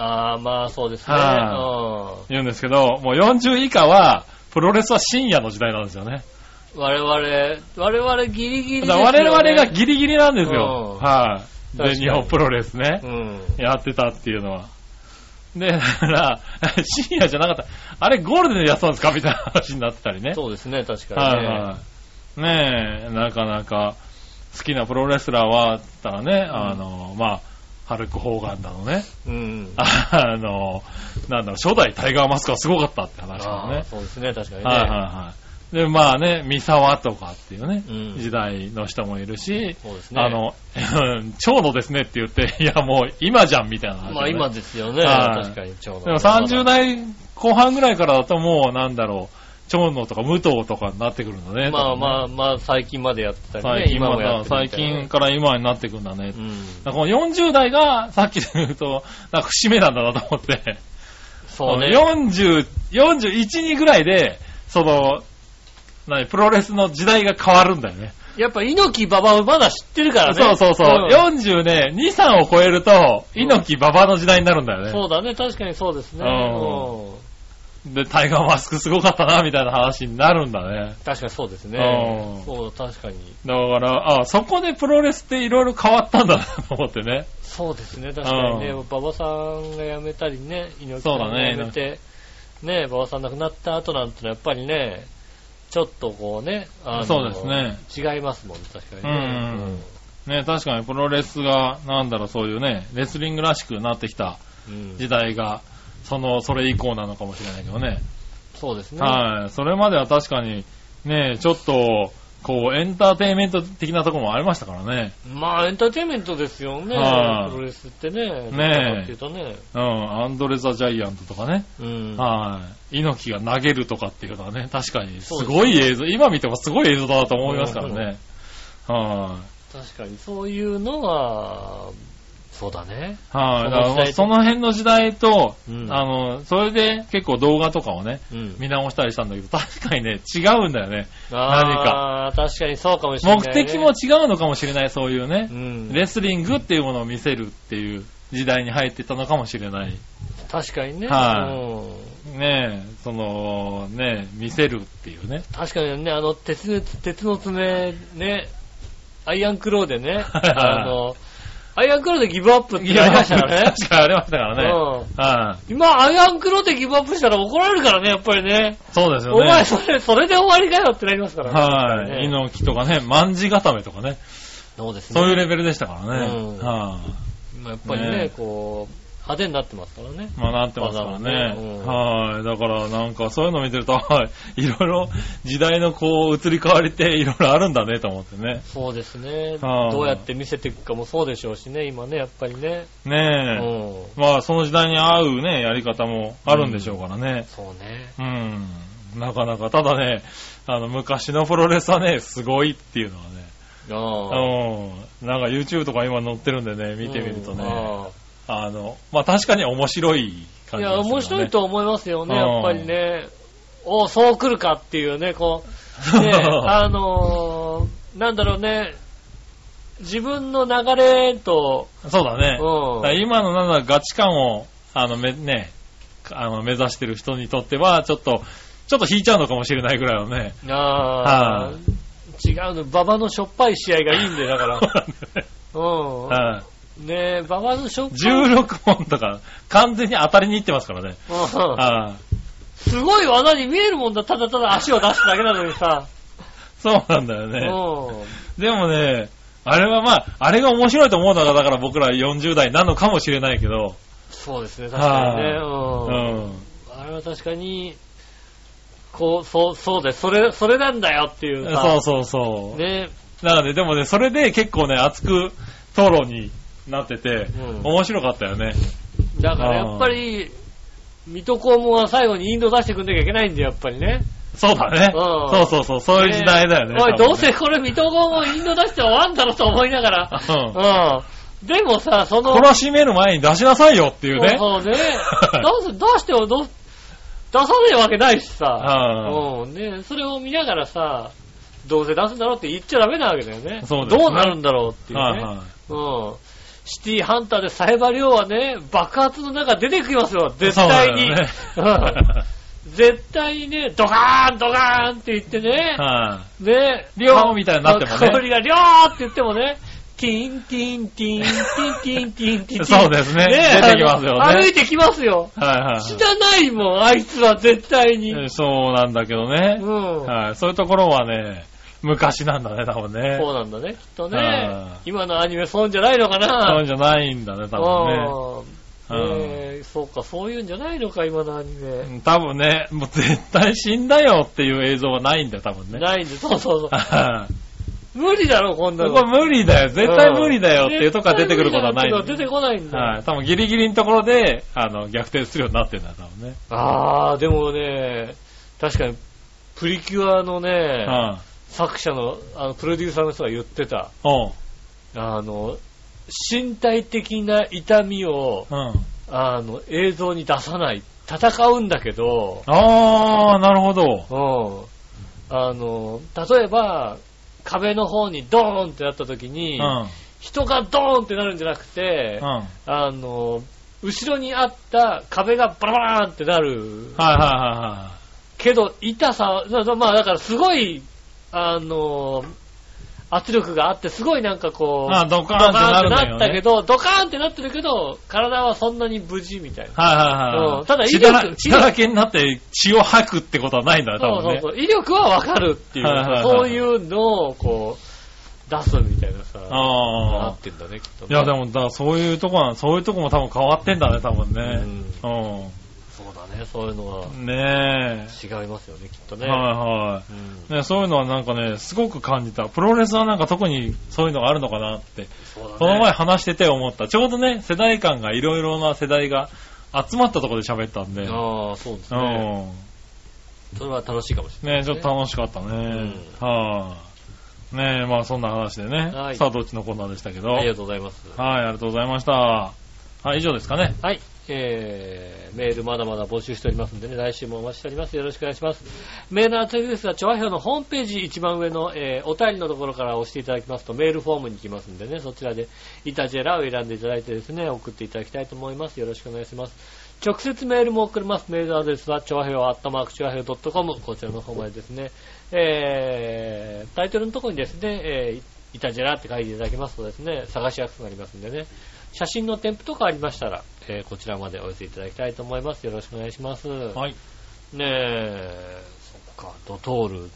Speaker 2: ああ、まあそうですね。
Speaker 3: は
Speaker 2: うん
Speaker 3: 言うんですけど、もう40以下は、プロレスは深夜の時代なんですよね。
Speaker 2: 我々、我々ギリギリです
Speaker 3: だ
Speaker 2: よ、
Speaker 3: か
Speaker 2: ね。
Speaker 3: ら我々がギリギリなんですよ。
Speaker 2: うん
Speaker 3: はい。
Speaker 2: 確か
Speaker 3: で、
Speaker 2: に
Speaker 3: 日本プロレスね
Speaker 2: う。ん。
Speaker 3: やってたっていうのは。で、だから、 深夜じゃなかった。あれゴールデンでやってたんですかみたいな話になってたりね。
Speaker 2: そうですね、確かに
Speaker 3: はい
Speaker 2: ね。
Speaker 3: はい。ねえ、なかなか、好きなプロレスラーは、つったらね、あの、まあ、ハルク・ホーガンだのね、
Speaker 2: うん。
Speaker 3: あの、なんだろう、初代タイガーマスクはすごかったって話だもん
Speaker 2: あー
Speaker 3: ね。
Speaker 2: そうですね、確かにね。
Speaker 3: はいはいはい。で、まあね、三沢とかっていうね、
Speaker 2: うん
Speaker 3: 時代の人もいるし、
Speaker 2: そうですね。
Speaker 3: あ、の、 超のですねって言って、 いやもう今じゃんみたいな話、
Speaker 2: まあ今ですよね、
Speaker 3: はい
Speaker 2: 確かにちょうど。
Speaker 3: でも30代後半ぐらいからだともうなんだろう、長野とか武藤とかになってくるんだね。
Speaker 2: まあま
Speaker 3: あ、
Speaker 2: あまあ、最近までやってたりね、
Speaker 3: 最近
Speaker 2: 今
Speaker 3: ま
Speaker 2: もや
Speaker 3: だ、
Speaker 2: ってる
Speaker 3: 最
Speaker 2: みたいな
Speaker 3: 近。から今になってくんだね。
Speaker 2: うん。
Speaker 3: だからこの40代が、さっきで言うと、なんか節目なんだなと思って、
Speaker 2: そうね。
Speaker 3: 40、41、2ぐらいで、その、何、プロレスの時代が変わるんだよね。
Speaker 2: やっぱ猪木馬場をまだ知ってるからね。
Speaker 3: そうそうそう。
Speaker 2: ん
Speaker 3: 40ね、2、3を超えると、
Speaker 2: うん
Speaker 3: 猪木、馬場の時代になるんだよね。
Speaker 2: そうだね、確かにそうですね。
Speaker 3: うん
Speaker 2: うん
Speaker 3: で、タイガーマスクすごかったな、みたいな話になるんだね。
Speaker 2: 確かにそうですね
Speaker 3: う。ん
Speaker 2: そう、確かに。
Speaker 3: だから、あ、そこでプロレスっていろいろ変わったんだなと思ってね。
Speaker 2: そうですね、確かにね
Speaker 3: うん、
Speaker 2: 馬場さんが辞めたりね、猪木さ
Speaker 3: そ
Speaker 2: ん
Speaker 3: うだ
Speaker 2: が
Speaker 3: ね
Speaker 2: 辞めて、ね、馬場さん亡くなった後なんてのはやっぱりね、ちょっとこうね、あの
Speaker 3: そうですね。
Speaker 2: 違いますもんね、確かにね。
Speaker 3: ね、確かにプロレスが、なんだろう、そういうね、レスリングらしくなってきた
Speaker 2: うん
Speaker 3: 時代が、その、それ以降なのかもしれないけどね。
Speaker 2: そうですね。
Speaker 3: はい。それまでは確かに、ね、ちょっと、こう、エンターテインメント的なところもありましたからね。
Speaker 2: まあ、エンターテインメントですよね
Speaker 3: は。い
Speaker 2: プロレスってね。
Speaker 3: え
Speaker 2: どちらかっていうとね。
Speaker 3: うん、アンドレ・ザ・ジャイアントとかね。
Speaker 2: うん。
Speaker 3: はい。猪木が投げるとかっていうのはね、確かにすごい映像、今見てもすごい映像だなと思いますからね。は
Speaker 2: 確かに、そういうのは、そうだね。
Speaker 3: い。はい。
Speaker 2: その時代と
Speaker 3: だからもうその辺の時代と、
Speaker 2: うん
Speaker 3: あの、それで結構動画とかをね、
Speaker 2: うん。
Speaker 3: 見直したりしたんだけど、確かにね、違うんだよね。
Speaker 2: ああ、確かにそうかもしれ
Speaker 3: 目
Speaker 2: ないね。
Speaker 3: 的も違うのかもしれない、そういうね
Speaker 2: う。ん。
Speaker 3: レスリングっていうものを見せるっていう時代に入ってたのかもしれない。
Speaker 2: 確かにね。
Speaker 3: は
Speaker 2: うん
Speaker 3: ねえ、その、ねえ、見せるっていうね。
Speaker 2: 確かにね、あの、鉄の、鉄の爪、ね、アイアンクローでね、
Speaker 3: はいはい
Speaker 2: あの、アイアンクローでギブアップってやりましたからね。
Speaker 3: 確かにありましたからね。
Speaker 2: うん
Speaker 3: はい。
Speaker 2: 今、アイアンクローでギブアップしたら怒られるからね、やっぱりね。
Speaker 3: そうですよ
Speaker 2: お
Speaker 3: ね。
Speaker 2: 前、それ、それで終わりかよってなりますからね。
Speaker 3: は
Speaker 2: ね
Speaker 3: い。猪木とかね、万字固めとかね、
Speaker 2: そうですね。
Speaker 3: そういうレベルでしたからね。
Speaker 2: うん
Speaker 3: はい、
Speaker 2: まあやっぱりね、
Speaker 3: ね
Speaker 2: こう、派手になってますからね。
Speaker 3: まあなってますからね。
Speaker 2: わ
Speaker 3: はい、だからなんかそういうの見てると、はい。いろいろ時代のこう移り変わりっていろいろあるんだねと思ってね。
Speaker 2: そうですね。
Speaker 3: はあ
Speaker 2: どうやって見せていくかもそうでしょうしね、今ね、やっぱりね。う
Speaker 3: ね
Speaker 2: ん。
Speaker 3: え。まあその時代に合うね、やり方もあるんでしょうからね。
Speaker 2: そうね。
Speaker 3: うん。なかなか、ただね、あの、昔のプロレスはね、すごいっていうのは
Speaker 2: ああ。
Speaker 3: ね、うん。なんか YouTube とか今載ってるんでね、見てみるとね、
Speaker 2: うんああ
Speaker 3: あの、まあ確かに面白い感
Speaker 2: い
Speaker 3: じですよね。
Speaker 2: や、面白いと思いますよね、
Speaker 3: うん、
Speaker 2: やっぱりね。おそう来るかっていうね、こう、ね あのーなんだろうね、自分の流れと、
Speaker 3: そうだね。
Speaker 2: うん
Speaker 3: だから今のなんだろうガチ感を、あの、め、ね、あの、目指してる人にとっては、ちょっと、ちょっと引いちゃうのかもしれないぐらいのね。
Speaker 2: ああ
Speaker 3: はい
Speaker 2: 違うの、馬場のしょっぱい試合がいいんで、だ から。う
Speaker 3: はい
Speaker 2: ん。ねえ、馬場のしょっぱい。
Speaker 3: 16本とか、完全に当たりに行ってますからね。
Speaker 2: うん
Speaker 3: はい
Speaker 2: すごい技に見えるもんだ、ただただ足を出すだけなのにさ。
Speaker 3: そうなんだ
Speaker 2: う
Speaker 3: よね。
Speaker 2: ん。
Speaker 3: でもね、あれはまあ、あれが面白いと思うのが、だから僕ら40代なのかもしれないけど、
Speaker 2: そうですね、確かにね。うん
Speaker 3: うん。
Speaker 2: あれは確かに、こう、そう、そうです。それ、それなんだよっていう
Speaker 3: そう
Speaker 2: さ。
Speaker 3: そうそう。
Speaker 2: ね。
Speaker 3: なので、でもね、それで結構ね、熱く討論になってて、
Speaker 2: うん
Speaker 3: 面白かったよね。
Speaker 2: だからやっぱり、水戸黄門は最後にインド出してくんなきゃいけないんだよ、やっぱりね。
Speaker 3: そうだね。
Speaker 2: うん
Speaker 3: そうそうそう、そういう時代だよね。
Speaker 2: おい、
Speaker 3: 多分ね
Speaker 2: どうせこれ水戸黄門インド出して終わんだろと思いながら。うん。でもさ、その、
Speaker 3: 懲らしめる前に出しなさいよっていうね。
Speaker 2: そうそうね。どうせ出してもどう、出さねえわけないしさ。
Speaker 3: うん
Speaker 2: うん。ねそれを見ながらさ、どうせ出すんだろうって言っちゃダメなわけだよね。
Speaker 3: そうですね
Speaker 2: どうなるんだろうっていうね。
Speaker 3: はいはい
Speaker 2: うん。シティハンターでサイバリオはね、爆発の中出てきますよ、絶対に。
Speaker 3: そうだよね
Speaker 2: うん絶対にね、ドカーン、ドカーンって言ってね、
Speaker 3: は
Speaker 2: ね、
Speaker 3: リョーみたいになってもね
Speaker 2: 氷がリョーって言ってもね、ティンティンティンティンティンティンティンティン。
Speaker 3: そうですね出てきますよね
Speaker 2: あの歩いてきますよ。
Speaker 3: いはいはい
Speaker 2: 知らないもん、あいつは絶対に。
Speaker 3: え。そうなんだけどね。
Speaker 2: うん。
Speaker 3: はい。そういうところはね、昔なんだね、多分ね。
Speaker 2: そうなんだね、きっと
Speaker 3: は
Speaker 2: ね。今のアニメそうじゃないのか
Speaker 3: そういうん
Speaker 2: な。
Speaker 3: じゃないんだね、多分
Speaker 2: うんえーそうか、そういうんじゃないのか、今のアニメ。
Speaker 3: ね。多分ね、もう絶対死んだよっていう映像はないんだよ、多分ね。
Speaker 2: ないんで、そうそうそう。
Speaker 3: はい
Speaker 2: 無理だろ、こんな
Speaker 3: こ
Speaker 2: の。
Speaker 3: こ無理だよ、絶対無理だよっていうとこは出てくることはないんだよ
Speaker 2: 絶対無理だろうけど出てこないんだよ。
Speaker 3: はい。多分ギリギリのところで、あの、逆転するようになってんだよ、多分ね。
Speaker 2: あー、でもね、確かに、プリキュアのね、
Speaker 3: うん。
Speaker 2: 作者の、あの、プロデューサーの人が言ってた。
Speaker 3: おう。
Speaker 2: あの、身体的な痛みを、
Speaker 3: うん。
Speaker 2: あの、映像に出さない。戦うんだけど、
Speaker 3: あー、なるほど。
Speaker 2: うん。あの、例えば、壁の方にドーンってなった時
Speaker 3: う
Speaker 2: に、
Speaker 3: ん。うん。
Speaker 2: 人がドーンってなるんじゃなくて、
Speaker 3: はい
Speaker 2: あの、後ろにあった壁がバラバラーンってなる。
Speaker 3: はいは
Speaker 2: けど、痛さ、だだまあだからすごい、あの、圧力があって、すごいなんかこ
Speaker 3: いは
Speaker 2: う、
Speaker 3: い。あー、ドカーンってなるんだ
Speaker 2: ドカーンってな
Speaker 3: よ
Speaker 2: っ
Speaker 3: ね。
Speaker 2: たけど、ドカーンってなってるけど、体はそんなに無事みたいな。
Speaker 3: はいはいは
Speaker 2: うん
Speaker 3: い。
Speaker 2: ただ威
Speaker 3: 血
Speaker 2: 力
Speaker 3: だら血だらけになって血を吐くってことはないんだよ、
Speaker 2: そう
Speaker 3: 多
Speaker 2: そう
Speaker 3: 分ね
Speaker 2: そ。う。威力はわかるっていう
Speaker 3: はいはいは、い
Speaker 2: そういうのをこう、出すみたいなさ、な
Speaker 3: あ
Speaker 2: ってんだね、きっと
Speaker 3: ー。い
Speaker 2: ね、
Speaker 3: や、でも、だからそういうとこなん、そういうとこも多分変わってんだね、多分
Speaker 2: う
Speaker 3: ね。
Speaker 2: そうだね、そういうのは
Speaker 3: うん。ね
Speaker 2: 違いますよね、きっと
Speaker 3: え。
Speaker 2: ね。
Speaker 3: はいは
Speaker 2: うん
Speaker 3: い。ね、そういうのはなんかね、すごく感じた。プロレスはなんか特にそういうのがあるのかなって。
Speaker 2: そうだね。
Speaker 3: この前話してて思った。ちょうどね、世代間がいろいろな世代が集まったところで喋ったんで。う
Speaker 2: ああ、そうです
Speaker 3: ん
Speaker 2: ね。。それは楽しいかもしれない
Speaker 3: ね
Speaker 2: で
Speaker 3: ち
Speaker 2: す
Speaker 3: ょ
Speaker 2: ね。
Speaker 3: っと楽しかったね。はい、ねまあそんな話でね。
Speaker 2: はい
Speaker 3: さあ、どっちのコーナーでしたけど。
Speaker 2: あ
Speaker 3: は
Speaker 2: り
Speaker 3: い、
Speaker 2: がとうございます。
Speaker 3: ありがとうございました。はい、以上ですかね。
Speaker 2: はい。えー、メールまだまだ募集しておりますんでね、来週もお待ちしております。よろしくお願いします。メールの宛先ですが、調和表のホームページ一番上の、えー、お便りのところから押していただきますと、メールフォームに行きますんでね、そちらで、イタジェラを選んでいただいてですね、送っていただきたいと思います。よろしくお願いします。直接メールも送れます。メールアドレスは、調和表、アットマーク、調和表 .com、こちらの方までですね、えー、タイトルのところにですね、えー、イタジェラって書いていただきますとですね、探しやすくなりますんでね、写真の添付とかありましたら、えーこちらまでお寄せいただきたいと思います。よろしくお願いします。
Speaker 3: はい。
Speaker 2: ねえ、そっか、ドトール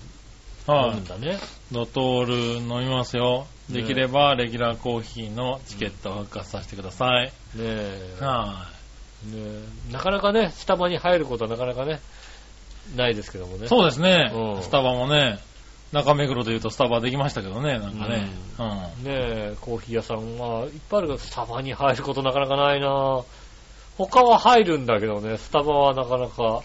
Speaker 3: は
Speaker 2: 飲むん
Speaker 3: い。
Speaker 2: だね。
Speaker 3: ドトール飲みますよ。できれば、レギュラーコーヒーのチケットを復活させてください。
Speaker 2: ねえ、
Speaker 3: は
Speaker 2: ねえなかなかね、スタバに入ることはなかなかね、ないですけどもね。
Speaker 3: い。そうですね
Speaker 2: う。ん
Speaker 3: スタバもね、中目黒で言うとスタバできましたけどね、なんかね。う
Speaker 2: ね
Speaker 3: ん
Speaker 2: え、コーヒー屋さんは、いっぱいあるけど、スタバに入ることなかなかないな他は入るんだけどね、スタバはなかなか、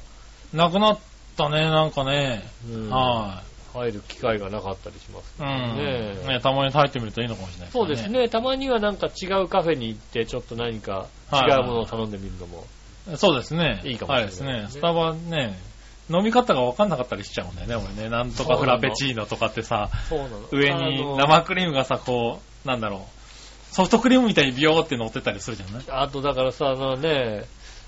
Speaker 3: なくなったね、なんかね。
Speaker 2: うん
Speaker 3: は
Speaker 2: 入る機会がなかったりします。
Speaker 3: い。うん。
Speaker 2: ねえ
Speaker 3: ねたまに入ってみるといいのかもしれない
Speaker 2: そうです。ね、たまにはなんか違うカフェに行って、ちょっと何か違うものを頼んでみるのも。
Speaker 3: そうですね。
Speaker 2: いいかもしれない
Speaker 3: はですね。スタバね、飲み方が分かんなかったりしちゃうんだよね、俺ね。なんとかフラペチーノとかってさ、
Speaker 2: そうなの
Speaker 3: 上
Speaker 2: あの
Speaker 3: に生クリームがさ、こう、なんだろう。ソフトクリームみたいにビヨーって乗ってたりするじゃない
Speaker 2: あとだからさ、あのね、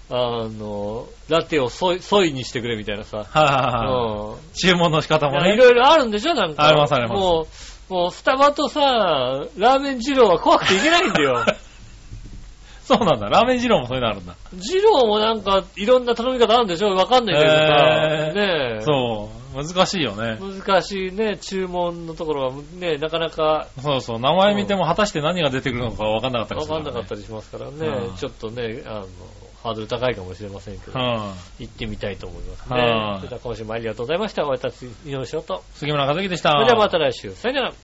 Speaker 2: あの、ラテをソイソイにしてくれみたいなさ。
Speaker 3: はいはいはい。
Speaker 2: うん
Speaker 3: 注文の仕方
Speaker 2: い
Speaker 3: も
Speaker 2: やい
Speaker 3: ね。
Speaker 2: ろいろあるんでしょなんか。
Speaker 3: ありますあります
Speaker 2: もう、もうスタバとさ、ラーメン二郎は怖くていけないんだ よ。
Speaker 3: そうなんだ。ラーメン二郎もそういうのあるんだ。
Speaker 2: 二郎もなんかいろんな頼み方あるんでしょわかんないんだけどさ。
Speaker 3: へ
Speaker 2: ねえ。
Speaker 3: そう。難しいよね。
Speaker 2: 難しいね、注文のところはね、なかなか
Speaker 3: そうそう、名前見ても果たして何が出てくるのか分かんなかったり
Speaker 2: わ
Speaker 3: する
Speaker 2: かん
Speaker 3: ら
Speaker 2: な
Speaker 3: ね
Speaker 2: かったりしますからね、
Speaker 3: うん
Speaker 2: ちょっとね、あの、ハードル高いかもしれませんけど、
Speaker 3: うん。
Speaker 2: 行ってみたいと思います
Speaker 3: は
Speaker 2: ね
Speaker 3: い。
Speaker 2: それでは今週もありがとうございました。お会いいたしましょうと。
Speaker 3: 杉村和樹でした。
Speaker 2: それではまた来週。さよなら。